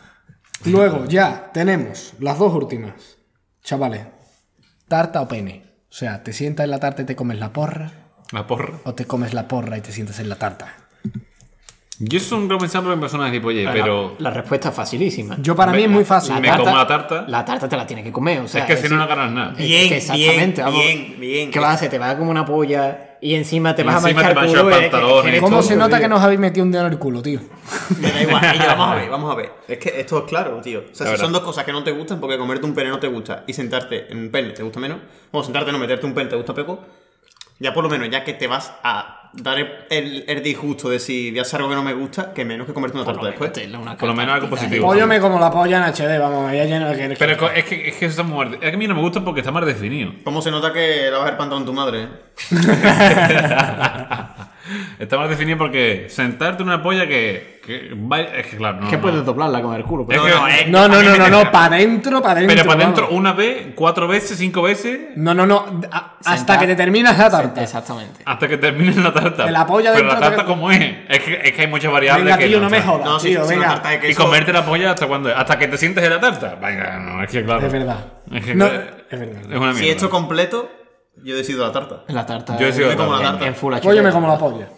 Speaker 1: Luego, ya, tenemos las dos últimas. Chavales, tarta o pene. O sea, te sientas en la tarta y te comes la porra,
Speaker 2: La porra.
Speaker 1: o te comes la porra y te sientas en la tarta.
Speaker 2: Yo soy un gran pensando en personas de oye, pero.
Speaker 4: La respuesta es facilísima.
Speaker 1: Yo para
Speaker 2: Me-
Speaker 1: mí es muy fácil.
Speaker 2: me como la tarta.
Speaker 4: La tarta te la tienes que comer. O
Speaker 2: Es
Speaker 4: sea,
Speaker 2: que si no, no
Speaker 4: decir,
Speaker 2: ganas nada.
Speaker 4: es
Speaker 5: Bien,
Speaker 4: que exactamente,
Speaker 5: bien,
Speaker 4: vamos.
Speaker 5: bien, bien.
Speaker 4: ¿Qué vas a hacer? Te vas a comer una polla y encima te
Speaker 2: Y
Speaker 4: vas
Speaker 2: encima
Speaker 4: a
Speaker 2: te
Speaker 4: manchar
Speaker 2: manchas
Speaker 4: culo, eh,
Speaker 2: pantalones.
Speaker 4: que- que eres
Speaker 1: ¿Cómo se
Speaker 4: tonto,
Speaker 1: nota
Speaker 4: tío?
Speaker 1: que nos habéis metido un dedo en el culo, tío?
Speaker 5: Me da igual. Ella, vamos a ver, vamos a ver. Es que esto es claro, tío. O sea,
Speaker 2: La
Speaker 5: si son
Speaker 2: verdad.
Speaker 5: dos cosas que no te gustan, porque comerte un pene no te gusta y sentarte en un pene te gusta menos. O sentarte no, meterte un pene te gusta poco. Ya por lo menos, ya que te vas a dar el, el, el disgusto de si voy a hacer algo que no me gusta, que menos que comerte una
Speaker 4: Por lo
Speaker 5: tarta después.
Speaker 4: menos tenle una
Speaker 2: Por lo menos algo
Speaker 4: carta.
Speaker 2: positivo.
Speaker 1: Pollo Pues me como la polla en HD, vamos, me voy a llenar de
Speaker 2: Pero co- es que, es que eso está muy mal. Es que a mí no me gusta porque está mal definido.
Speaker 5: ¿Cómo se nota que lavas el pantalón tu madre? eh?
Speaker 2: Está mal definido porque sentarte en una polla que. que va- es que claro, no.
Speaker 4: Es que
Speaker 2: no.
Speaker 4: puedes doblarla con el culo.
Speaker 2: Es
Speaker 4: pero-
Speaker 2: que-
Speaker 5: eh,
Speaker 1: No, no,
Speaker 5: a mí
Speaker 1: no,
Speaker 5: me
Speaker 1: no,
Speaker 5: deja.
Speaker 1: no, para adentro, para adentro.
Speaker 2: pero para adentro,
Speaker 1: vamos.
Speaker 2: una vez, cuatro veces, cinco veces,
Speaker 1: No, no, no, a- hasta
Speaker 4: Sentar-
Speaker 1: que te terminas la tarta.
Speaker 4: Exactamente.
Speaker 2: hasta que termine la tarta.
Speaker 1: Que la polla
Speaker 2: Pero la
Speaker 1: dentro te-
Speaker 2: tarta, ¿cómo es? Es que, es que hay muchas variables.
Speaker 1: Venga,
Speaker 2: que
Speaker 1: tío, no me
Speaker 2: saben.
Speaker 1: jodas,
Speaker 5: No, sí,
Speaker 1: tío,
Speaker 5: sí, una
Speaker 1: venga.
Speaker 5: tarta de
Speaker 2: Y
Speaker 5: queso.
Speaker 2: comerte la polla hasta cuando. Hasta que te sientes en la tarta. Venga, no, es que claro.
Speaker 1: Es verdad.
Speaker 2: Es que-
Speaker 1: No, es
Speaker 2: es
Speaker 1: verdad.
Speaker 2: una mierda.
Speaker 5: Si esto completo, yo decido la tarta.
Speaker 4: La tarta.
Speaker 2: Yo he sido
Speaker 4: en-
Speaker 2: como la
Speaker 4: en-
Speaker 5: tarta.
Speaker 4: En full
Speaker 1: Pollo
Speaker 4: HD.
Speaker 1: me como la polla.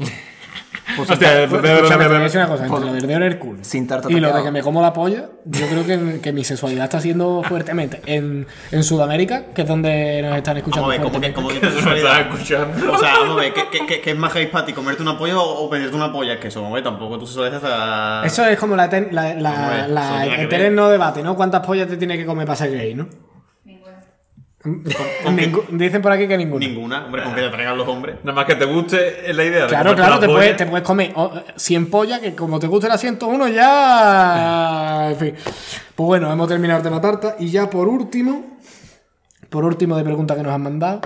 Speaker 4: Pues
Speaker 2: Hostia,
Speaker 4: está-
Speaker 1: Escúchame, te voy a decir una cosa, entre lo del dedo en el culo
Speaker 4: Sin tarta
Speaker 1: y lo de
Speaker 4: tapeado.
Speaker 1: que me como la polla, yo creo que, que mi sexualidad está siendo fuertemente en, en Sudamérica, que es donde nos están escuchando
Speaker 5: Vamos a ver, ¿cómo que,
Speaker 1: fuertemente.
Speaker 5: cómo que
Speaker 2: Eso me estaba escuchando.
Speaker 5: O sea, vamos a ver, ¿qué, qué, qué, qué es más gay para ti? ¿Comerte una polla o, o meterte una polla? Es que eso, vamos a ver, tampoco tú se sueles hasta...
Speaker 1: Eso es como la, eten- la, la-
Speaker 5: Vamos a ver,
Speaker 1: la-
Speaker 5: eso tiene que
Speaker 1: el
Speaker 5: ver.
Speaker 1: eterno debate, ¿no? ¿Cuántas pollas te tiene que comer para ser gay, no?
Speaker 5: con
Speaker 1: Ningú- Dicen por aquí que ninguna.
Speaker 5: Ninguna, hombre, con que te traigan los hombres.
Speaker 2: Nada más que te guste es la idea. de
Speaker 1: Claro,
Speaker 2: comerte
Speaker 1: claro,
Speaker 2: la
Speaker 1: te
Speaker 2: polla.
Speaker 1: puedes, te puedes comer oh, 100 pollas, que como te gusta la 101 ya... En fin. Pues bueno, hemos terminado el tema tarta. Y ya por último, por último de pregunta que nos han mandado,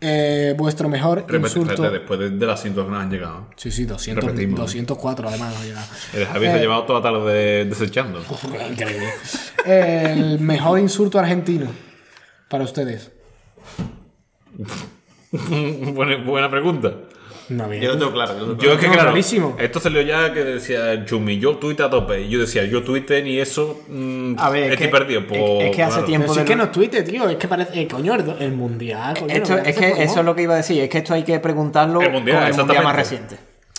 Speaker 1: eh, vuestro mejor
Speaker 2: Repete,
Speaker 1: insulto...
Speaker 2: espérate, después de, de las 100 que nos han llegado.
Speaker 1: Sí, sí, 200,
Speaker 2: Repetimos.
Speaker 1: 204 además nos ha llegado.
Speaker 2: El Javier se
Speaker 1: Eh.
Speaker 2: ha llevado toda la tarde desechando.
Speaker 1: Increíble. El mejor insulto argentino para ustedes.
Speaker 2: buena, buena pregunta.
Speaker 1: No, bien.
Speaker 5: Yo lo tengo claro. Yo lo tengo
Speaker 2: Yo es que,
Speaker 1: No,
Speaker 2: claro,
Speaker 1: clarísimo.
Speaker 2: esto salió ya que decía Chumi, yo tuite a tope. Y yo decía, yo tuite ni eso. mm,
Speaker 4: A ver, es
Speaker 2: estoy
Speaker 4: que-
Speaker 2: perdido. Pues,
Speaker 4: es- es que hace
Speaker 2: claro.
Speaker 4: tiempo-
Speaker 1: Pero si es
Speaker 4: de
Speaker 1: que no
Speaker 4: no-
Speaker 1: es Twitter, tío. Es que parece. eh, coño, el, do- el mundial. Coño,
Speaker 4: Esto,
Speaker 1: no, se
Speaker 4: es que
Speaker 1: formó.
Speaker 4: eso es lo que iba a decir. Es que esto hay que preguntarlo
Speaker 2: El mundial,
Speaker 4: con el mundial
Speaker 2: exactamente.
Speaker 4: más reciente.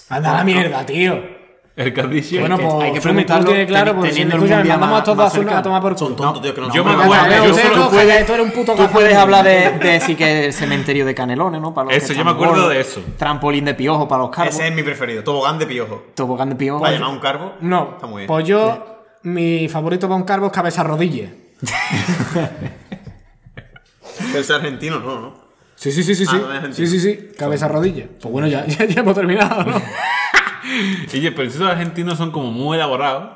Speaker 1: Anda a la mierda, tío.
Speaker 2: El que has dicho.
Speaker 1: Bueno,
Speaker 4: que-
Speaker 1: pues.
Speaker 4: hay que
Speaker 1: Fumi, tú lo
Speaker 4: preguntarlo
Speaker 1: tienes claro,
Speaker 4: teni-
Speaker 1: porque si me
Speaker 4: teniendo el
Speaker 1: escuchan,
Speaker 4: mundial
Speaker 1: mandamos a
Speaker 4: más-
Speaker 1: todos
Speaker 4: más
Speaker 1: a, su- a
Speaker 4: cercano.
Speaker 1: tomar por culo.
Speaker 5: Son tontos, tío, que no
Speaker 2: Yo me
Speaker 5: no-
Speaker 1: Ya
Speaker 2: acuerdo,
Speaker 1: sabes,
Speaker 2: yo
Speaker 1: ustedes
Speaker 2: solo
Speaker 1: cogen
Speaker 2: puedo-
Speaker 1: esto, eres un puto
Speaker 4: Tú
Speaker 1: gafa
Speaker 4: puedes
Speaker 1: de-
Speaker 4: hablar de, de decir que el cementerio de Canelones, ¿no? Para los que
Speaker 2: Eso, yo
Speaker 4: están
Speaker 2: me acuerdo
Speaker 4: gordos.
Speaker 2: de eso.
Speaker 4: Trampolín de piojo para los carros.
Speaker 5: Ese es mi preferido, tobogán de piojo.
Speaker 4: Tobogán de piojo.
Speaker 5: ¿Para llamar a un carbo?
Speaker 1: No.
Speaker 5: Está muy bien.
Speaker 1: Pues yo. Mi favorito para un carbo es cabeza rodilla.
Speaker 5: Pero es argentino, no, no.
Speaker 1: Sí, sí, sí, sí,
Speaker 5: Ah,
Speaker 1: sí.
Speaker 5: no, es
Speaker 1: sí,
Speaker 5: argentino.
Speaker 1: sí, sí. Cabeza rodilla. Pues bueno, ya, ya, ya hemos terminado, ¿no?
Speaker 2: Oye, pero esos argentinos son como muy elaborados.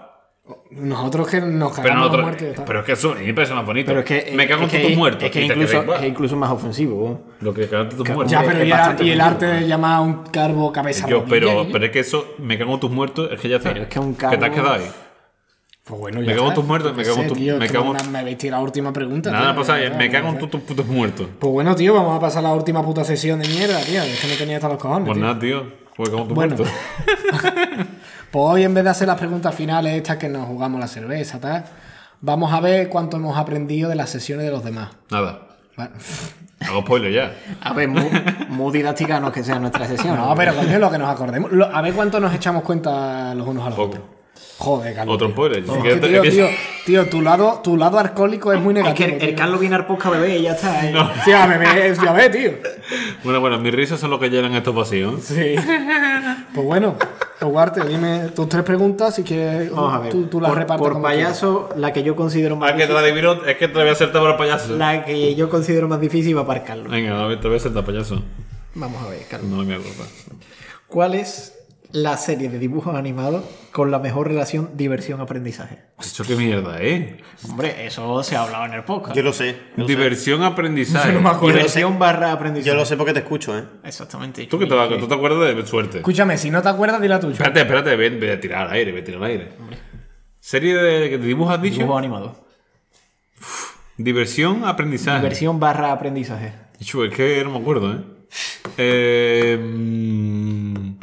Speaker 1: Nosotros que nos
Speaker 2: Pero,
Speaker 1: cagamos la
Speaker 2: nosotros,
Speaker 1: muerte. y ya está.
Speaker 2: pero es que son hay personas bonitas.
Speaker 4: Pero es que.
Speaker 2: me cago en
Speaker 4: es que-
Speaker 2: todos tus muertos.
Speaker 4: Es que
Speaker 2: y te
Speaker 4: incluso,
Speaker 2: quedas igual.
Speaker 4: es incluso más ofensivo. ¿no?
Speaker 2: Lo que cagan tus muertos.
Speaker 1: Ya,
Speaker 4: es-
Speaker 1: pero
Speaker 4: es
Speaker 1: y, el ar-
Speaker 4: bastante
Speaker 1: y el
Speaker 4: complicado.
Speaker 1: arte de llamar a un carbo cabeza
Speaker 2: Yo,
Speaker 1: rodilla.
Speaker 2: pero,
Speaker 1: niño?
Speaker 2: pero es que eso, me cago en tus muertos, es que ya está.
Speaker 4: Pero es que un
Speaker 2: ¿Qué te has
Speaker 4: cargo-
Speaker 2: quedado ahí?
Speaker 1: Pues bueno, ya
Speaker 2: Me cago en
Speaker 1: está.
Speaker 2: tus muertos,
Speaker 1: Yo
Speaker 2: me
Speaker 1: qué
Speaker 2: cago en
Speaker 1: sé,
Speaker 2: tus-
Speaker 1: tío,
Speaker 2: me
Speaker 1: tú
Speaker 2: cago en-
Speaker 1: na- Me habéis tirado la última pregunta.
Speaker 2: Nada,
Speaker 1: tío,
Speaker 2: pasa,
Speaker 1: ya,
Speaker 2: me
Speaker 1: ya,
Speaker 2: cago
Speaker 1: ya.
Speaker 2: en tus- tus putos muertos.
Speaker 1: Pues bueno, tío, vamos a pasar la última puta sesión de mierda, tío. Es que no tenía hasta los cojones.
Speaker 2: Pues
Speaker 1: tío.
Speaker 2: nada, tío. Me cago en tus
Speaker 1: Bueno.
Speaker 2: muertos.
Speaker 1: Pues hoy, en vez de hacer las preguntas finales, estas que nos jugamos la cerveza, tal, vamos a ver cuánto hemos aprendido de las sesiones de los demás.
Speaker 2: Nada.
Speaker 1: Bueno,
Speaker 2: Hago spoiler ya.
Speaker 4: A ver, muy, muy didácticas no que sea nuestra sesión.
Speaker 1: No, pero coño, lo que nos acordemos. Lo- a ver cuánto nos echamos cuenta los unos a los
Speaker 2: Otro.
Speaker 1: otros. Joder, Carlos.
Speaker 2: Otro
Speaker 1: tío.
Speaker 2: spoiler.
Speaker 1: Es que, tío, tío, tío, tu lado, tu lado alcohólico es muy
Speaker 4: Es que
Speaker 1: negativo.
Speaker 4: el, el
Speaker 1: tío.
Speaker 4: Carlos viene al posca bebé y ya está. eh.
Speaker 1: Sí, a bebé, sí, a ver, tío.
Speaker 2: Bueno, bueno, mis risas son lo que llenan estos vacíos.
Speaker 1: Sí. Pues bueno, Duarte, dime tus tres preguntas si quieres.
Speaker 4: Vamos a ver.
Speaker 1: Tú, tú las
Speaker 4: por,
Speaker 1: repartes.
Speaker 4: por
Speaker 1: como
Speaker 4: payaso, la que yo considero más
Speaker 2: Ah, que te la adivino, es que te la voy a acertar para payaso.
Speaker 4: La que yo considero más difícil va para Carlos.
Speaker 2: Venga, a ver, te la voy a acertar payaso.
Speaker 4: Vamos a ver, Carlos.
Speaker 2: No me acuerdo.
Speaker 4: ¿Cuál es la serie de dibujos animados con la mejor relación diversión-aprendizaje?
Speaker 2: Esto qué mierda, ¿eh?
Speaker 4: Hombre, eso se ha hablado en el podcast.
Speaker 3: Yo lo sé. yo lo sé.
Speaker 2: Diversión, aprendizaje.
Speaker 4: diversión barra aprendizaje.
Speaker 3: Yo lo sé porque te escucho, ¿eh?
Speaker 4: Exactamente.
Speaker 2: ¿Tú, que te, vas- tú te acuerdas de suerte?
Speaker 1: Escúchame, si no te acuerdas, di la tuya.
Speaker 2: Espérate, espérate, ven, voy a tirar al aire, voy a tirar al aire. Serie de, de dibujos, has dicho.
Speaker 4: Dibujo animado.
Speaker 2: Diversión, aprendizaje.
Speaker 4: Diversión barra aprendizaje.
Speaker 2: Chu, es que no me acuerdo, ¿eh? Eh, mm,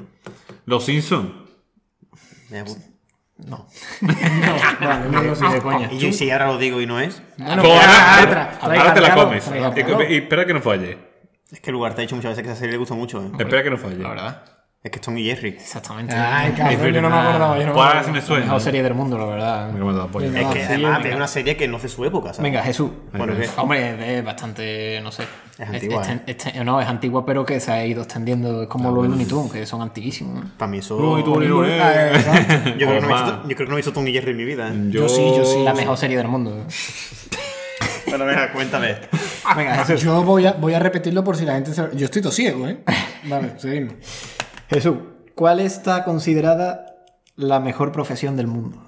Speaker 2: Los Simpsons.
Speaker 3: Me aburro.
Speaker 4: No. no, vale, no lo sé de coña.
Speaker 3: Y yo, si ahora lo digo y no es,
Speaker 4: Ah,
Speaker 1: Bueno,
Speaker 2: pues, Ahora-
Speaker 1: trae-
Speaker 2: ahora-
Speaker 1: trae
Speaker 2: Ah, ahora te la
Speaker 1: cargado,
Speaker 2: comes.
Speaker 1: trae
Speaker 2: Y,
Speaker 1: cargado.
Speaker 2: y espera que no falle.
Speaker 3: es que el lugar te ha dicho muchas veces que esa serie le gusta mucho, ¿eh?
Speaker 2: Espera que no falle.
Speaker 4: La verdad.
Speaker 3: Es que es Tom y Jerry.
Speaker 4: Exactamente.
Speaker 1: Ay, cabrón, yo no me
Speaker 4: verdad.
Speaker 1: acordaba. Yo no me
Speaker 2: ¿Cuál
Speaker 1: acordaba.
Speaker 2: me
Speaker 4: la
Speaker 2: suena?
Speaker 4: mejor serie del mundo, la verdad.
Speaker 2: Me he mandado pollo.
Speaker 1: Venga.
Speaker 3: Es que
Speaker 1: sí,
Speaker 3: además
Speaker 1: venga.
Speaker 3: es una serie que no es de su época, ¿sabes?
Speaker 4: Venga, Jesús.
Speaker 3: Bueno,
Speaker 2: Venga.
Speaker 3: ¿qué?
Speaker 4: Hombre, es de bastante, no sé.
Speaker 3: Es antigua,
Speaker 4: ten- ten- no, es antigua, pero que se ha ido extendiendo. Es como los Looney Tunes, que son antiguísimos. ¿no?
Speaker 3: Para mí eso.
Speaker 2: Uy, tú,
Speaker 3: yo,
Speaker 2: Lilo, eh.
Speaker 1: Ah, exacto.
Speaker 3: creo que no he
Speaker 2: Omar.
Speaker 3: visto, yo creo que no he visto Tom y Jerry en mi vida, ¿eh?
Speaker 1: Yo sí, yo sí.
Speaker 4: La mejor serie del mundo. ¿eh?
Speaker 3: Pero venga, cuéntame.
Speaker 4: Venga, Jesús.
Speaker 1: Yo voy a, voy a repetirlo por si la gente se... Yo estoy tosiego, ¿eh? Vale, seguimos.
Speaker 4: Jesús, ¿cuál está considerada la mejor profesión del mundo?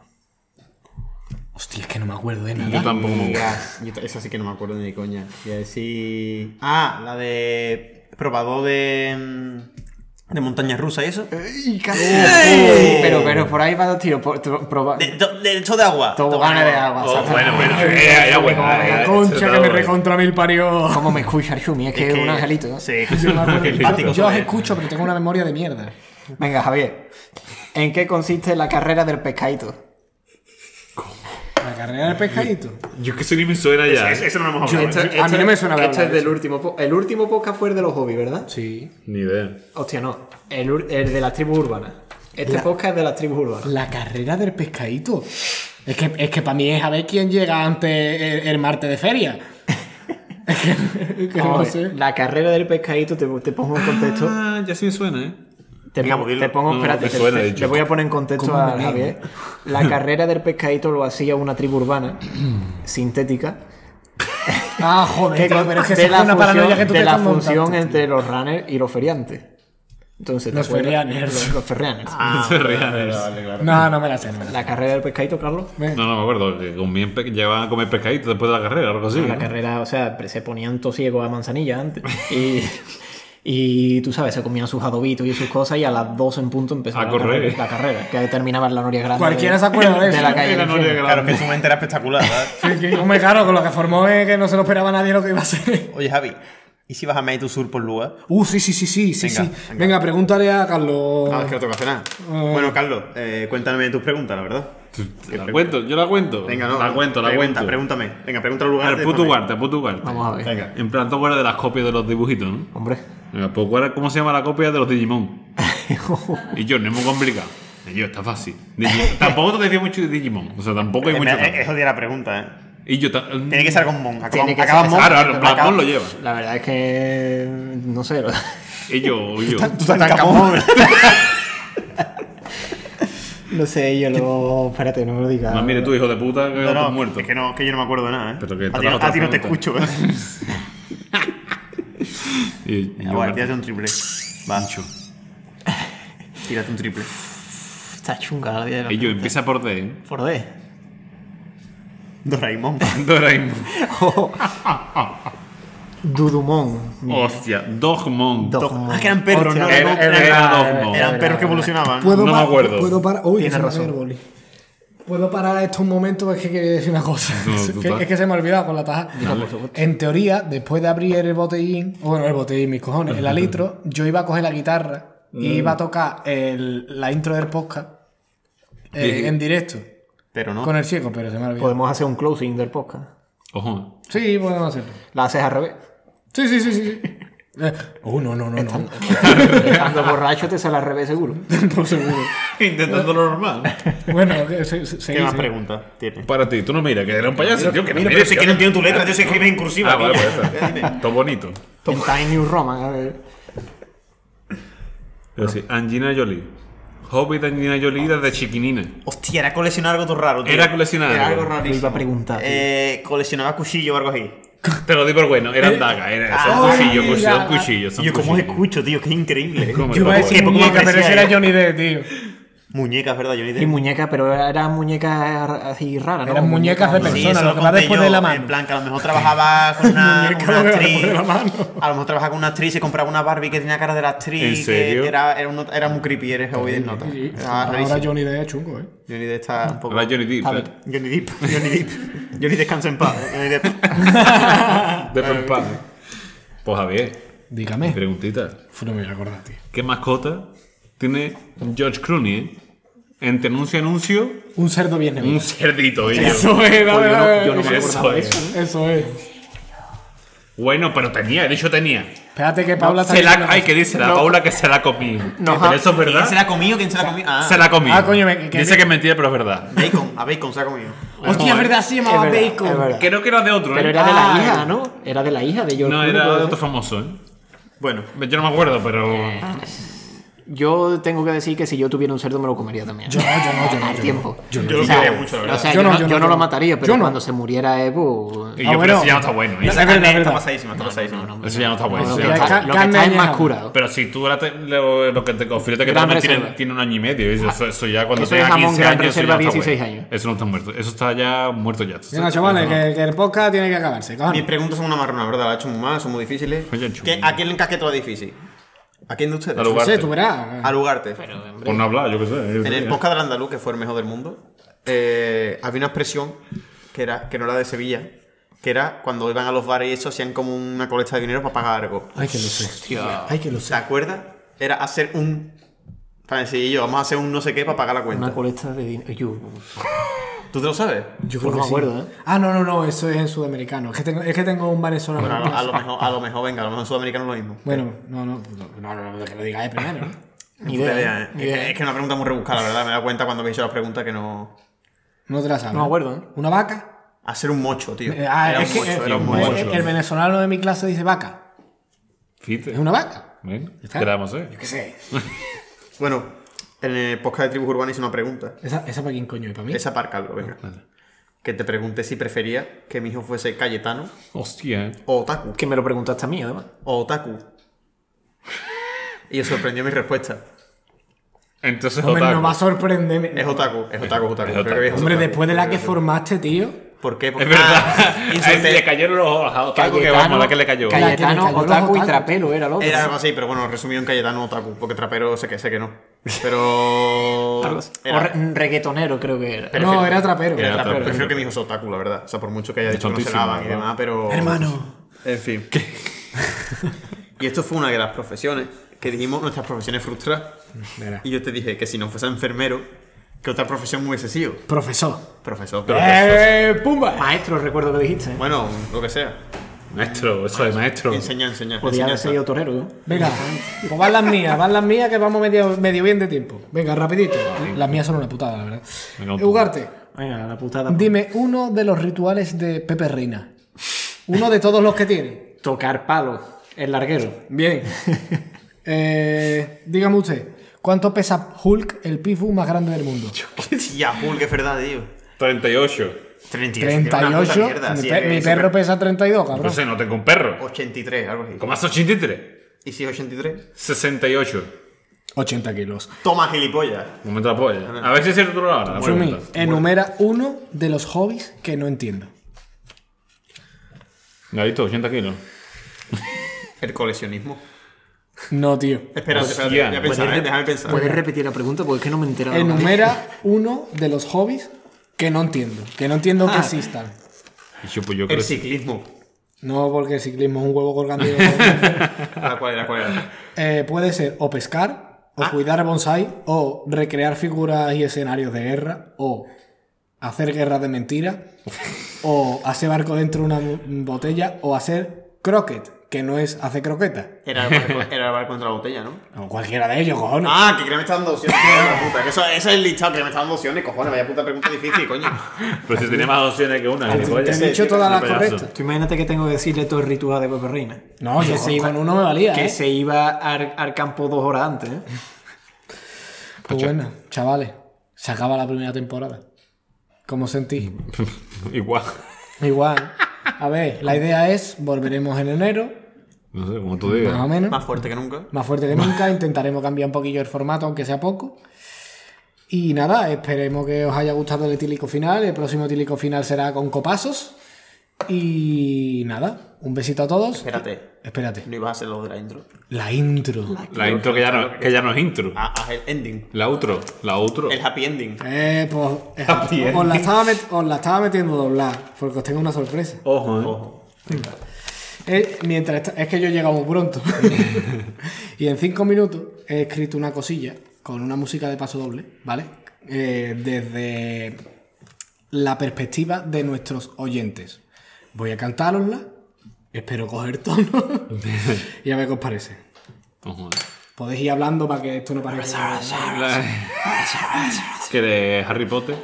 Speaker 1: Hostia, es que no me acuerdo de
Speaker 2: Yo
Speaker 1: nada.
Speaker 2: tampoco me acuerdo.
Speaker 3: Mira, yo t- esa sí que no me acuerdo ni de coña. Voy a decir. Ah, la de. Probador de. mm, De montaña rusa, eso.
Speaker 4: Pero, pero por ahí va los tíos. por- tro- proba-
Speaker 3: De, de, de hecho de agua.
Speaker 4: Toboganes de agua.
Speaker 2: Oh,
Speaker 4: exacto.
Speaker 2: bueno, bueno, eh, ya bueno. eh,
Speaker 1: La
Speaker 2: ya,
Speaker 1: concha que me
Speaker 2: ya.
Speaker 1: recontra mil parió.
Speaker 4: ¿Cómo me escucha Shumi? Es que es un angelito. ¿no?
Speaker 3: Sí,
Speaker 1: Yo, me acuerdo. Yo-
Speaker 3: simpático.
Speaker 1: yo os
Speaker 3: joder.
Speaker 1: escucho, pero tengo una memoria de mierda.
Speaker 4: Venga, Javier. ¿En qué consiste la carrera del pescadito?
Speaker 1: La carrera del pescadito.
Speaker 2: Yo que soy ni me suena ya.
Speaker 3: Es- Eso no lo hemos
Speaker 1: Yo-
Speaker 3: hablado.
Speaker 1: Esto- a mí no me suena de
Speaker 4: Este
Speaker 1: hablar
Speaker 4: es
Speaker 1: de
Speaker 4: del último. po- El último podcast fue el de los hobbies, ¿verdad?
Speaker 1: Sí.
Speaker 2: Ni idea.
Speaker 4: Hostia, no. El, ur- el de las tribus urbanas. Este podcast es de las tribus urbanas.
Speaker 1: La carrera del pescadito. Es que, es que para mí es a ver quién llega antes el, el martes de feria. Es que, es que no
Speaker 4: Vamos a ver,
Speaker 1: sé.
Speaker 4: La carrera del pescadito, te, te pongo en contexto.
Speaker 2: Ah, ya sí me suena, ¿eh?
Speaker 4: Te,
Speaker 3: Venga,
Speaker 4: pongo-
Speaker 3: pues dilo.
Speaker 4: te pongo,
Speaker 2: No, no,
Speaker 4: espérate,
Speaker 2: me
Speaker 4: te-
Speaker 2: suena,
Speaker 4: te-
Speaker 2: dicho.
Speaker 4: le voy a poner en contexto
Speaker 1: ¿Cómo
Speaker 4: a
Speaker 1: me
Speaker 4: Javier. La carrera del pescadito lo hacía una tribu urbana sintética.
Speaker 1: Ah, joder, tío,
Speaker 4: con-
Speaker 1: pero es que
Speaker 4: de
Speaker 1: esa
Speaker 4: la
Speaker 1: es una paranoia
Speaker 4: fusión-
Speaker 1: que tú
Speaker 4: de
Speaker 1: te
Speaker 4: la
Speaker 1: estás montando,
Speaker 4: función
Speaker 1: tío.
Speaker 4: entre los runners y los feriantes. Entonces, ¿te
Speaker 1: Los
Speaker 4: acuerdas?
Speaker 1: ferrianers.
Speaker 4: Los, los ferrianers.
Speaker 2: Eso es real.
Speaker 1: No, no me la sé. no me la sé.
Speaker 4: La carrera del pescadito, Carlos.
Speaker 2: No, no me acuerdo. Que comían pe- llevaban a comer pescadito después de la carrera, algo así.
Speaker 4: La
Speaker 2: ¿no?
Speaker 4: carrera, o sea, se ponían tosiegos a manzanilla antes. Y, y tú sabes, se comían sus adobitos y sus cosas y a las 12 en punto empezaba
Speaker 2: A
Speaker 4: la
Speaker 2: correr.
Speaker 4: carrera, la carrera, que terminaba en la Noria Grande.
Speaker 1: Cualquiera se acuerda de eso.
Speaker 4: la calle.
Speaker 2: Era
Speaker 4: del
Speaker 2: Noria
Speaker 4: infierno.
Speaker 3: Claro, que su mente era espectacular, ¿sabes?
Speaker 1: Sí, que- Hombre, claro, con lo que formó es que no se lo esperaba nadie lo que iba a ser.
Speaker 3: Oye, Javi, ¿y si vas a Made to Sur por lugar?
Speaker 1: Uh, sí, sí, sí, sí, sí,
Speaker 3: Venga,
Speaker 1: sí. Venga, pregúntale a Carlos.
Speaker 3: Ah, es que no toca hacer nada. Bueno, Carlos, eh, cuéntame tus preguntas, la verdad.
Speaker 2: ¿Te La cuento, yo la cuento.
Speaker 3: Venga, no.
Speaker 2: La cuento, la
Speaker 3: pregunta,
Speaker 2: cuento.
Speaker 3: Pregúntame. Venga, pregunta al lugar.
Speaker 2: Al puto guarte, al puto guarte.
Speaker 4: Vamos a ver.
Speaker 3: Venga.
Speaker 2: En plan, ¿te acuerdas de las copias de los dibujitos, no?
Speaker 4: Hombre.
Speaker 2: Venga, pues, ¿cuál- ¿cómo se llama la copia de los Digimon? Y yo, no es muy complicado. Y yo, está fácil. Digi- tampoco te decía mucho de Digimon. O sea, tampoco hay
Speaker 3: Eh,
Speaker 2: mucho.
Speaker 3: me- eh,
Speaker 2: tal.
Speaker 3: Es odiar la pregunta, ¿eh?
Speaker 2: Y yo, ta-
Speaker 3: Tiene que ser con Mon. Acabamos,
Speaker 4: Tiene que ser-
Speaker 3: acabamos
Speaker 2: Claro, claro, en plan,
Speaker 4: Acá-
Speaker 2: Mon lo lleva.
Speaker 4: La verdad es que. No sé.
Speaker 2: Y yo, y yo.
Speaker 3: Tutankamón.
Speaker 4: No sé, yo lo. Espérate, no me lo digas.
Speaker 2: Más mire tú, hijo de puta, que
Speaker 3: No,
Speaker 2: estás
Speaker 3: no,
Speaker 2: muerto.
Speaker 3: Es que, no, que yo no me acuerdo de nada, ¿eh?
Speaker 2: Pero que
Speaker 3: a
Speaker 2: te
Speaker 3: ti no,
Speaker 2: hagas
Speaker 3: a ti no te
Speaker 2: otra
Speaker 3: escucho, ¿eh?
Speaker 2: Y, y yo,
Speaker 3: Ahora,
Speaker 2: Marta,
Speaker 3: tírate un triple. Va. Tírate un triple.
Speaker 4: Está chunga la vida de la
Speaker 2: y yo, empieza por D. ¿eh?
Speaker 4: Por D.
Speaker 3: Doraemon.
Speaker 2: Doraemon.
Speaker 4: Dudumon.
Speaker 2: Hostia, Dogmon.
Speaker 4: Dogmon.
Speaker 3: Ah, que eran perros, ¿no?
Speaker 2: Era-
Speaker 3: Eran-
Speaker 2: era
Speaker 3: eran-
Speaker 2: Dogmon.
Speaker 3: Eran perros que evolucionaban.
Speaker 1: ¿Puedo
Speaker 2: No me
Speaker 1: pa-
Speaker 2: acuerdo.
Speaker 1: ¿Puedo parar? Uy,
Speaker 4: Tienes
Speaker 1: se me
Speaker 4: razón.
Speaker 1: va a caer el boli. Puedo parar esto un momento, es que quería decir una cosa.
Speaker 2: No,
Speaker 1: es,
Speaker 2: tú
Speaker 1: que,
Speaker 2: pa-
Speaker 1: es que se me ha olvidado con la taja. En teoría, después de abrir el botellín, bueno, el botellín, mis cojones, el alitro, yo iba a coger la guitarra y iba a tocar el- la intro del podcast eh,
Speaker 2: Sí.
Speaker 1: en directo
Speaker 3: Pero no.
Speaker 1: con el ciego, pero se me ha olvidado.
Speaker 4: Podemos hacer un closing del podcast.
Speaker 2: Ojo.
Speaker 1: Sí, podemos hacerlo.
Speaker 4: La haces al revés.
Speaker 1: Sí, sí, sí, sí. sí. Eh, oh, no, no, no, no.
Speaker 4: Estando borracho te sale al revés seguro.
Speaker 1: Por seguro.
Speaker 2: Intentando lo normal.
Speaker 1: Bueno, se, se, seguí,
Speaker 3: ¿Qué más
Speaker 1: seguí.
Speaker 3: preguntas tienes?
Speaker 2: Para ti, tú no miras, que era un payaso, tío, que no
Speaker 3: Mira,
Speaker 2: mires,
Speaker 3: pero si que no entiendo tu letra, tío, se escribe en cursiva.
Speaker 2: Ah, vale,
Speaker 3: tío.
Speaker 2: pues ya está. Todo bonito.
Speaker 4: En Time New Roman, a ver.
Speaker 2: Pero sí, Angina Jolie. Hobby de Angina Jolie desde chiquinina.
Speaker 3: Hostia, era coleccionar algo todo raro, tío.
Speaker 2: Era coleccionar
Speaker 3: Era algo
Speaker 2: algo.
Speaker 3: rarísimo.
Speaker 4: Lo iba a preguntar, tío.
Speaker 3: Eh, coleccionaba cuchillo o algo así.
Speaker 2: Te lo digo por bueno,
Speaker 3: Eh,
Speaker 2: eran dagas, eran son
Speaker 1: ay,
Speaker 2: cuchillos, cuchillos,
Speaker 1: daga.
Speaker 2: son cuchillos. son
Speaker 3: Y ah, yo, ¿cómo os
Speaker 2: cuchillos.
Speaker 3: escucho, tío? Qué increíble.
Speaker 2: ¿Cómo?
Speaker 1: Yo iba a
Speaker 3: Qué
Speaker 1: decir
Speaker 3: poco me
Speaker 1: muñeca, pero
Speaker 3: parecía
Speaker 1: ese era
Speaker 3: yo.
Speaker 1: Johnny Depp, tío.
Speaker 3: Muñecas, ¿verdad? Johnny
Speaker 4: Y
Speaker 3: Depp.
Speaker 4: muñeca, pero eran muñecas así raras, ¿no?
Speaker 1: Eran muñecas de
Speaker 4: ¿no?
Speaker 1: persona,
Speaker 3: eso
Speaker 1: lo que va
Speaker 3: conté
Speaker 1: después de la
Speaker 3: yo,
Speaker 1: mano.
Speaker 3: En plan, que a lo mejor trabajaba con una,
Speaker 1: Muñeca
Speaker 3: una
Speaker 1: de la-
Speaker 3: actriz.
Speaker 1: de la mano.
Speaker 3: A lo mejor trabajaba con una actriz, se compraba una Barbie que tenía cara de la actriz.
Speaker 2: ¿En
Speaker 3: que
Speaker 2: serio?
Speaker 3: Era, era, un not- era muy creepy, eres hoy de nota. Era
Speaker 1: Ahora
Speaker 3: Ah, rarísimo.
Speaker 1: Johnny Depp es chungo, ¿eh?
Speaker 3: Johnny Depp está un poco.
Speaker 2: Ahora Johnny Depp.
Speaker 4: A ver.
Speaker 2: ¿eh?
Speaker 3: Johnny Depp, Johnny Depp. Johnny descansa en paz. Johnny Depp.
Speaker 2: De Pampa. Pues Javier,
Speaker 1: Dígame.
Speaker 2: preguntita.
Speaker 1: No me voy a acordar, tío.
Speaker 2: ¿Qué mascota tiene George Clooney? eh? Entre anuncio y anuncio,
Speaker 1: Un cerdo vietnamita.
Speaker 2: un cerdito. y yo,
Speaker 1: Eso es,
Speaker 2: "Coño,
Speaker 1: dale, dale,
Speaker 2: yo no, yo no me
Speaker 1: dale".
Speaker 2: acordaba de eso.
Speaker 1: Eso ¿eh? es.
Speaker 2: Bueno, pero tenía, de hecho tenía.
Speaker 1: Espérate que Paula está
Speaker 2: Se la,
Speaker 1: diciendo-
Speaker 2: ay, que dice la Paula que se la comí. Eh,
Speaker 4: No,
Speaker 2: pero eso es
Speaker 3: ¿Quién
Speaker 2: verdad.
Speaker 3: se la ha comido? ¿Quién se la ha comido? Ah,
Speaker 2: Se la comí.
Speaker 1: Ah, coño, me- que-
Speaker 2: dice que es mentira, pero es verdad.
Speaker 3: Bacon, a Bacon se la ha comido.
Speaker 1: Hostia, es verdad, se
Speaker 4: Es
Speaker 1: llamaba
Speaker 4: verdad, es
Speaker 1: Bacon.
Speaker 4: verdad.
Speaker 2: Creo que era de otro, ¿eh?
Speaker 4: Pero era de la
Speaker 1: Ah.
Speaker 4: hija, ¿no? Era de la hija de George
Speaker 2: No,
Speaker 4: Clooney,
Speaker 2: era
Speaker 4: puede
Speaker 2: de
Speaker 4: ser.
Speaker 2: otro famoso, ¿eh?
Speaker 3: Bueno,
Speaker 2: Yo no me acuerdo, pero.
Speaker 4: Ah. Yo tengo que decir que si yo tuviera un cerdo me lo comería también.
Speaker 1: Yo no, yo no, yo no,
Speaker 4: Al
Speaker 1: yo
Speaker 4: tiempo.
Speaker 3: no. Yo lo quería mucho, la verdad.
Speaker 4: O sea,
Speaker 1: Yo
Speaker 4: yo,
Speaker 1: no,
Speaker 4: no,
Speaker 1: yo
Speaker 4: yo
Speaker 1: no,
Speaker 4: no
Speaker 1: yo
Speaker 4: lo
Speaker 1: no.
Speaker 4: mataría, pero
Speaker 1: Yo no.
Speaker 4: cuando se muriera Evo...
Speaker 2: Y
Speaker 1: Ah,
Speaker 2: yo, pero
Speaker 1: bueno.
Speaker 2: eso ya no está bueno. ¿eh?
Speaker 1: No
Speaker 3: esa
Speaker 1: sé,
Speaker 3: carne
Speaker 1: verdad,
Speaker 3: está
Speaker 1: verdad.
Speaker 3: pasadísima, está pasadísima.
Speaker 2: Eso ya no está bueno.
Speaker 4: Lo
Speaker 2: eso
Speaker 4: que
Speaker 2: ya no está
Speaker 1: ca-
Speaker 2: bueno.
Speaker 4: está, lo que está
Speaker 1: carne
Speaker 4: es más
Speaker 1: añeja.
Speaker 4: curado.
Speaker 2: Pero si tú la te- lo, lo que te confirma que
Speaker 4: Gran
Speaker 2: tomen tiene,
Speaker 4: reserva.
Speaker 2: tiene un año y medio, eso, eso- eso ya cuando
Speaker 4: Eso es
Speaker 2: tenga
Speaker 4: jamón
Speaker 2: 15
Speaker 4: gran
Speaker 2: años. Eso, ya
Speaker 4: reserva,
Speaker 2: no está
Speaker 4: 16
Speaker 2: bueno.
Speaker 4: años.
Speaker 2: eso no está muerto, eso está ya muerto ya.
Speaker 1: Venga, chavales, que, que el podcast tiene que acabarse. cojones.
Speaker 3: Mis preguntas son una marrona, ¿verdad? Las he hecho muy mal, son muy difíciles.
Speaker 2: Oye, chulo.
Speaker 3: ¿Qué- ¿A quién le encaje todo es difícil? ¿A quién de ustedes?
Speaker 2: Al
Speaker 1: No
Speaker 2: lugar.
Speaker 1: sé, tú verás.
Speaker 3: Al Ugarte.
Speaker 2: Por no hablar, yo qué sé. yo qué
Speaker 3: En
Speaker 2: sé,
Speaker 3: el
Speaker 2: ¿eh?
Speaker 3: podcast del andaluz, que fue el mejor del mundo, eh, había una expresión que, era, que no era de Sevilla, que era cuando iban a los bares y eso, hacían como una colecta de dinero para pagar algo.
Speaker 1: Ay, que lo sé. Ay, que lo
Speaker 3: ¿Se acuerda? Era hacer un... Para decir yo, vamos a hacer un no sé qué para pagar la
Speaker 4: Una
Speaker 3: cuenta.
Speaker 4: colecta de dinero. Yo,
Speaker 3: ¿Tú te lo sabes?
Speaker 1: Yo
Speaker 4: no me acuerdo, ¿eh?
Speaker 1: Ah, no, no, no, eso es en sudamericano. Es que tengo, es que tengo un venezolano.
Speaker 3: Bueno, a lo, a lo mejor, a lo mejor, venga, a lo mejor en sudamericano es lo mismo.
Speaker 1: Bueno, no, no, no, no, no, no, que lo digáis primero. ¿no?
Speaker 4: Ni
Speaker 3: Puta
Speaker 4: idea.
Speaker 3: idea,
Speaker 4: ¿eh?
Speaker 3: ¿eh? Es que- es que es una pregunta muy rebuscada, la verdad. Me he dado cuenta cuando me he hecho la pregunta que no...
Speaker 1: No te la sabes.
Speaker 4: No me acuerdo, ¿eh?
Speaker 1: ¿Una vaca?
Speaker 3: Hacer un mocho, tío.
Speaker 1: Eh, ah,
Speaker 3: era un
Speaker 1: es que
Speaker 3: mocho,
Speaker 1: eh,
Speaker 3: era un
Speaker 1: eh,
Speaker 3: mocho.
Speaker 1: el, venezolano de mi clase dice vaca.
Speaker 2: Fíjate.
Speaker 1: ¿Es una vaca?
Speaker 2: Ven, eh.
Speaker 1: está.
Speaker 2: ¿Qué le vamos a hacer?
Speaker 1: ¿Qué sé?
Speaker 3: Bueno, en el podcast de Tribus Urbanas hice una pregunta.
Speaker 1: ¿Esa, esa para quién coño es? ¿Para mí?
Speaker 3: Esa parcalo, venga. Que te pregunté si prefería que mi hijo fuese Cayetano
Speaker 2: Hostia. eh.
Speaker 3: o Otaku.
Speaker 4: Que me lo preguntaste a mí, además.
Speaker 3: O Otaku. Y os sorprendió mi respuesta.
Speaker 2: Entonces,
Speaker 1: Hombre,
Speaker 2: otaku.
Speaker 1: no va a sorprenderme.
Speaker 3: Es Otaku, es Otaku, es Otaku.
Speaker 2: Es
Speaker 3: Creo que habéis
Speaker 1: Hombre,
Speaker 3: otaku.
Speaker 1: después de la que formaste, tío.
Speaker 3: ¿Por qué? Porque-
Speaker 2: Es verdad.
Speaker 3: Ah,
Speaker 2: A
Speaker 3: insulté.
Speaker 2: ese le cayeron los ojos a Otaku, que vamos, la que le cayó.
Speaker 1: Cayetano,
Speaker 4: Cayetano,
Speaker 1: cayó los
Speaker 4: Otaku y
Speaker 1: otaku.
Speaker 4: Trapelo era el otro.
Speaker 3: Era algo así, pero bueno, resumido en Cayetano Otaku, porque trapero sé que sé que no. Pero.
Speaker 4: Algo así.
Speaker 3: Era-
Speaker 4: O re- un reggaetonero creo que era.
Speaker 3: Pero-
Speaker 1: No, era trapero.
Speaker 3: era
Speaker 2: trapero.
Speaker 3: trapero. Prefiero que mi hijo sea Otaku, la verdad. O sea, por mucho que haya dicho que no se
Speaker 2: Tontísimo,
Speaker 3: lavan y
Speaker 2: ¿verdad?
Speaker 3: demás, pero.
Speaker 1: Hermano.
Speaker 3: En fin. y esto fue una de las profesiones que dijimos nuestras profesiones frustradas.
Speaker 1: Verá.
Speaker 3: Y yo te dije que si no fuese enfermero, que otra profesión hubiese sido.
Speaker 1: Profesor.
Speaker 3: Profesor.
Speaker 1: ¡Eh! ¡Pumba!
Speaker 4: Maestro, recuerdo que dijiste.
Speaker 3: Bueno, lo que sea.
Speaker 2: Maestro, eso es maestro.
Speaker 3: Enseñar, enseñar.
Speaker 4: Podía haber
Speaker 3: enseñanza.
Speaker 4: sido torero, ¿no?
Speaker 1: Venga, pues van las mías, van las mías que vamos medio, medio bien de tiempo. Venga, rapidito. Las mías son una putada, la verdad.
Speaker 2: Venga, un poco.
Speaker 1: Ugarte,
Speaker 4: Venga, la putada.
Speaker 1: dime uno de los rituales de Pepe Reina. Uno de todos los que tiene.
Speaker 4: Tocar palo. El larguero.
Speaker 1: Bien. Eh, dígame usted, ¿cuánto pesa Hulk, el pifu más grande del mundo?
Speaker 3: Hostia, Hulk, es verdad, tío.
Speaker 2: 38.
Speaker 3: 38. que era una puta
Speaker 1: 38.
Speaker 3: mierda, eh,
Speaker 1: Mi,
Speaker 3: sí,
Speaker 1: pe-
Speaker 3: es-
Speaker 1: mi
Speaker 3: es-
Speaker 1: perro pesa 32, cabrón.
Speaker 2: No sé, no tengo un perro.
Speaker 3: 83, algo así.
Speaker 2: ¿Cómo hace 83?
Speaker 3: ¿Y si es 83?
Speaker 2: 68.
Speaker 1: 80 kilos.
Speaker 3: Toma, gilipollas.
Speaker 2: Momento de apoyo. A ver si es cierto tú lo hablas, la
Speaker 1: Sumi,
Speaker 2: pregunta.
Speaker 1: enumera uno de los hobbies que no entiendo.
Speaker 2: Gavito, 80 kilos.
Speaker 3: El coleccionismo.
Speaker 1: No, tío.
Speaker 3: Espera, espera,
Speaker 2: Hostia.
Speaker 1: Pues
Speaker 2: Pues
Speaker 3: déjame pensar, eh, déjame pensar.
Speaker 4: ¿Puedes repetir la pregunta? Porque es que no me he enterado.
Speaker 1: Enumera uno de los hobbies que no entiendo, que no entiendo que existan.
Speaker 2: Y yo, pues yo creo
Speaker 5: El
Speaker 2: que-
Speaker 5: ciclismo.
Speaker 1: No porque el ciclismo es un huevo colgando.
Speaker 5: Ah, ¿Cuál era? ¿Cuál era?
Speaker 1: Eh, puede ser o pescar, o cuidar bonsai, o recrear figuras y escenarios de guerra, o hacer guerras de mentira, o hacer barco dentro de una mu- botella, o hacer croquet, que no es hacer croqueta.
Speaker 5: Era el barco, era el barco contra la botella, ¿no?
Speaker 1: O cualquiera de ellos, cojones.
Speaker 5: Ah, que creo que me está dando opciones. coño, la puta, que eso, ese es el listado, que me está dando opciones, cojones. Vaya puta pregunta difícil, coño.
Speaker 2: Pero si tenía más opciones que una. Pues
Speaker 1: Te-
Speaker 2: gilipollas.
Speaker 1: te he dicho
Speaker 2: Sí,
Speaker 1: todas
Speaker 2: sí,
Speaker 1: las
Speaker 2: payaso.
Speaker 1: correctas.
Speaker 4: Tú imagínate que tengo que decirle todo el ritual de Pepe Reina.
Speaker 1: No, yo
Speaker 4: Que se
Speaker 1: con,
Speaker 4: iba-
Speaker 1: con uno me valía.
Speaker 4: Que
Speaker 1: ¿eh?
Speaker 4: se iba al, al campo dos horas antes. ¿eh?
Speaker 1: Pues bueno, chavales, se acaba la primera temporada. ¿Cómo sentís?
Speaker 2: Igual.
Speaker 1: Igual. A ver, la idea es, volveremos en enero,
Speaker 2: No sé, como tú
Speaker 1: más o
Speaker 2: digas.
Speaker 1: menos.
Speaker 5: Más fuerte que nunca.
Speaker 1: más fuerte que nunca. Intentaremos cambiar un poquillo el formato, aunque sea poco. Y nada, esperemos que os haya gustado el etílico final. El próximo etílico final será con copazos. Y nada, un besito a todos.
Speaker 5: Espérate,
Speaker 1: Espérate.
Speaker 5: no ibas a hacer los de la intro.
Speaker 1: La intro.
Speaker 2: La intro que ya no, que ya no es intro.
Speaker 5: Ah, haz el ending.
Speaker 2: La outro. La outro.
Speaker 5: El happy ending.
Speaker 1: Eh, pues. eh, Os la, estaba met- os la estaba metiendo doblada, porque os tengo una sorpresa.
Speaker 2: Ojo, eh.
Speaker 1: Eh, mientras esta- es que yo llegamos pronto. y en cinco minutos he escrito una cosilla con una música de paso doble, ¿vale? Eh, desde la perspectiva de nuestros oyentes. Voy a cantárosla, espero coger tono y a ver qué os parece.
Speaker 2: Ojo, eh.
Speaker 1: Podéis ir hablando para que esto no parezca.
Speaker 2: que de Harry Potter.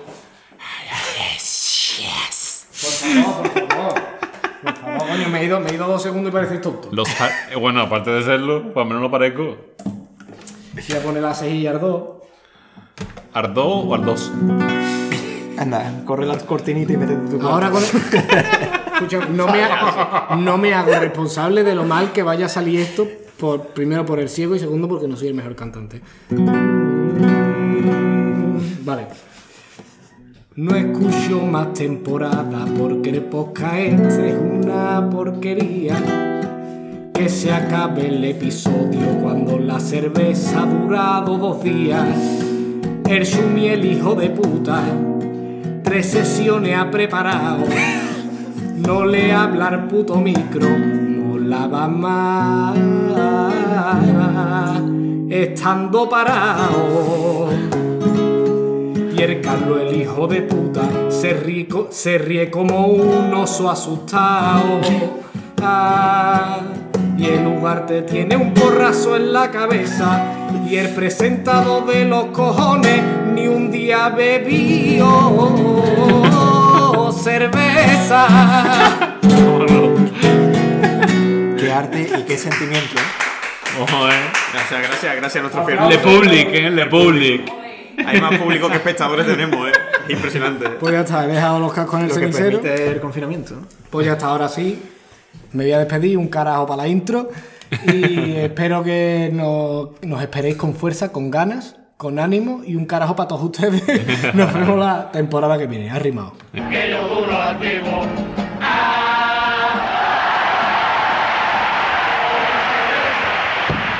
Speaker 1: Por favor, coño, me he ido, me he ido dos segundos y parecéis tonto.
Speaker 2: Los Har- eh, bueno, aparte de serlo, pues al menos lo parezco.
Speaker 1: Voy a poner la 6 y al 2.
Speaker 2: ¿Ardó o Ardos?
Speaker 4: Anda, corre la cortinita y métete tu
Speaker 1: Ahora con... Escucha, no me, ha- no me hago responsable de lo mal que vaya a salir esto, por, primero por el ciego y segundo porque no soy el mejor cantante. Vale. No escucho más temporada porque el podcast este es una porquería. Que se acabe el episodio cuando la cerveza ha durado dos días. El Shumi, el hijo de puta, Tres sesiones ha preparado. No le habla al puto micro, no la va más. Estando parado. Y el Carlos, el hijo de puta, se, rico, se ríe como un oso asustado. Ah, y el Ugarte tiene un porrazo en la cabeza. Y el presentado de los cojones ni un día bebió cerveza.
Speaker 4: Qué arte y qué sentimiento. ¿eh?
Speaker 2: Ojo, eh.
Speaker 5: Gracias, gracias, gracias a nuestro fiel.
Speaker 2: Le Public, eh. Le Public.
Speaker 5: Hay más público que espectadores tenemos, eh. Es impresionante.
Speaker 1: Pues ya está, he dejado los cascos en el
Speaker 4: Lo que
Speaker 1: cenicero.
Speaker 4: permite el confinamiento. ¿no?
Speaker 1: Pues ya está, ahora sí. Me voy a despedir, un carajo para la intro. Y espero que no- nos esperéis con fuerza, con ganas, con ánimo y un carajo para todos ustedes. Nos vemos la temporada que viene. Arrimado.
Speaker 6: que yo duro activo,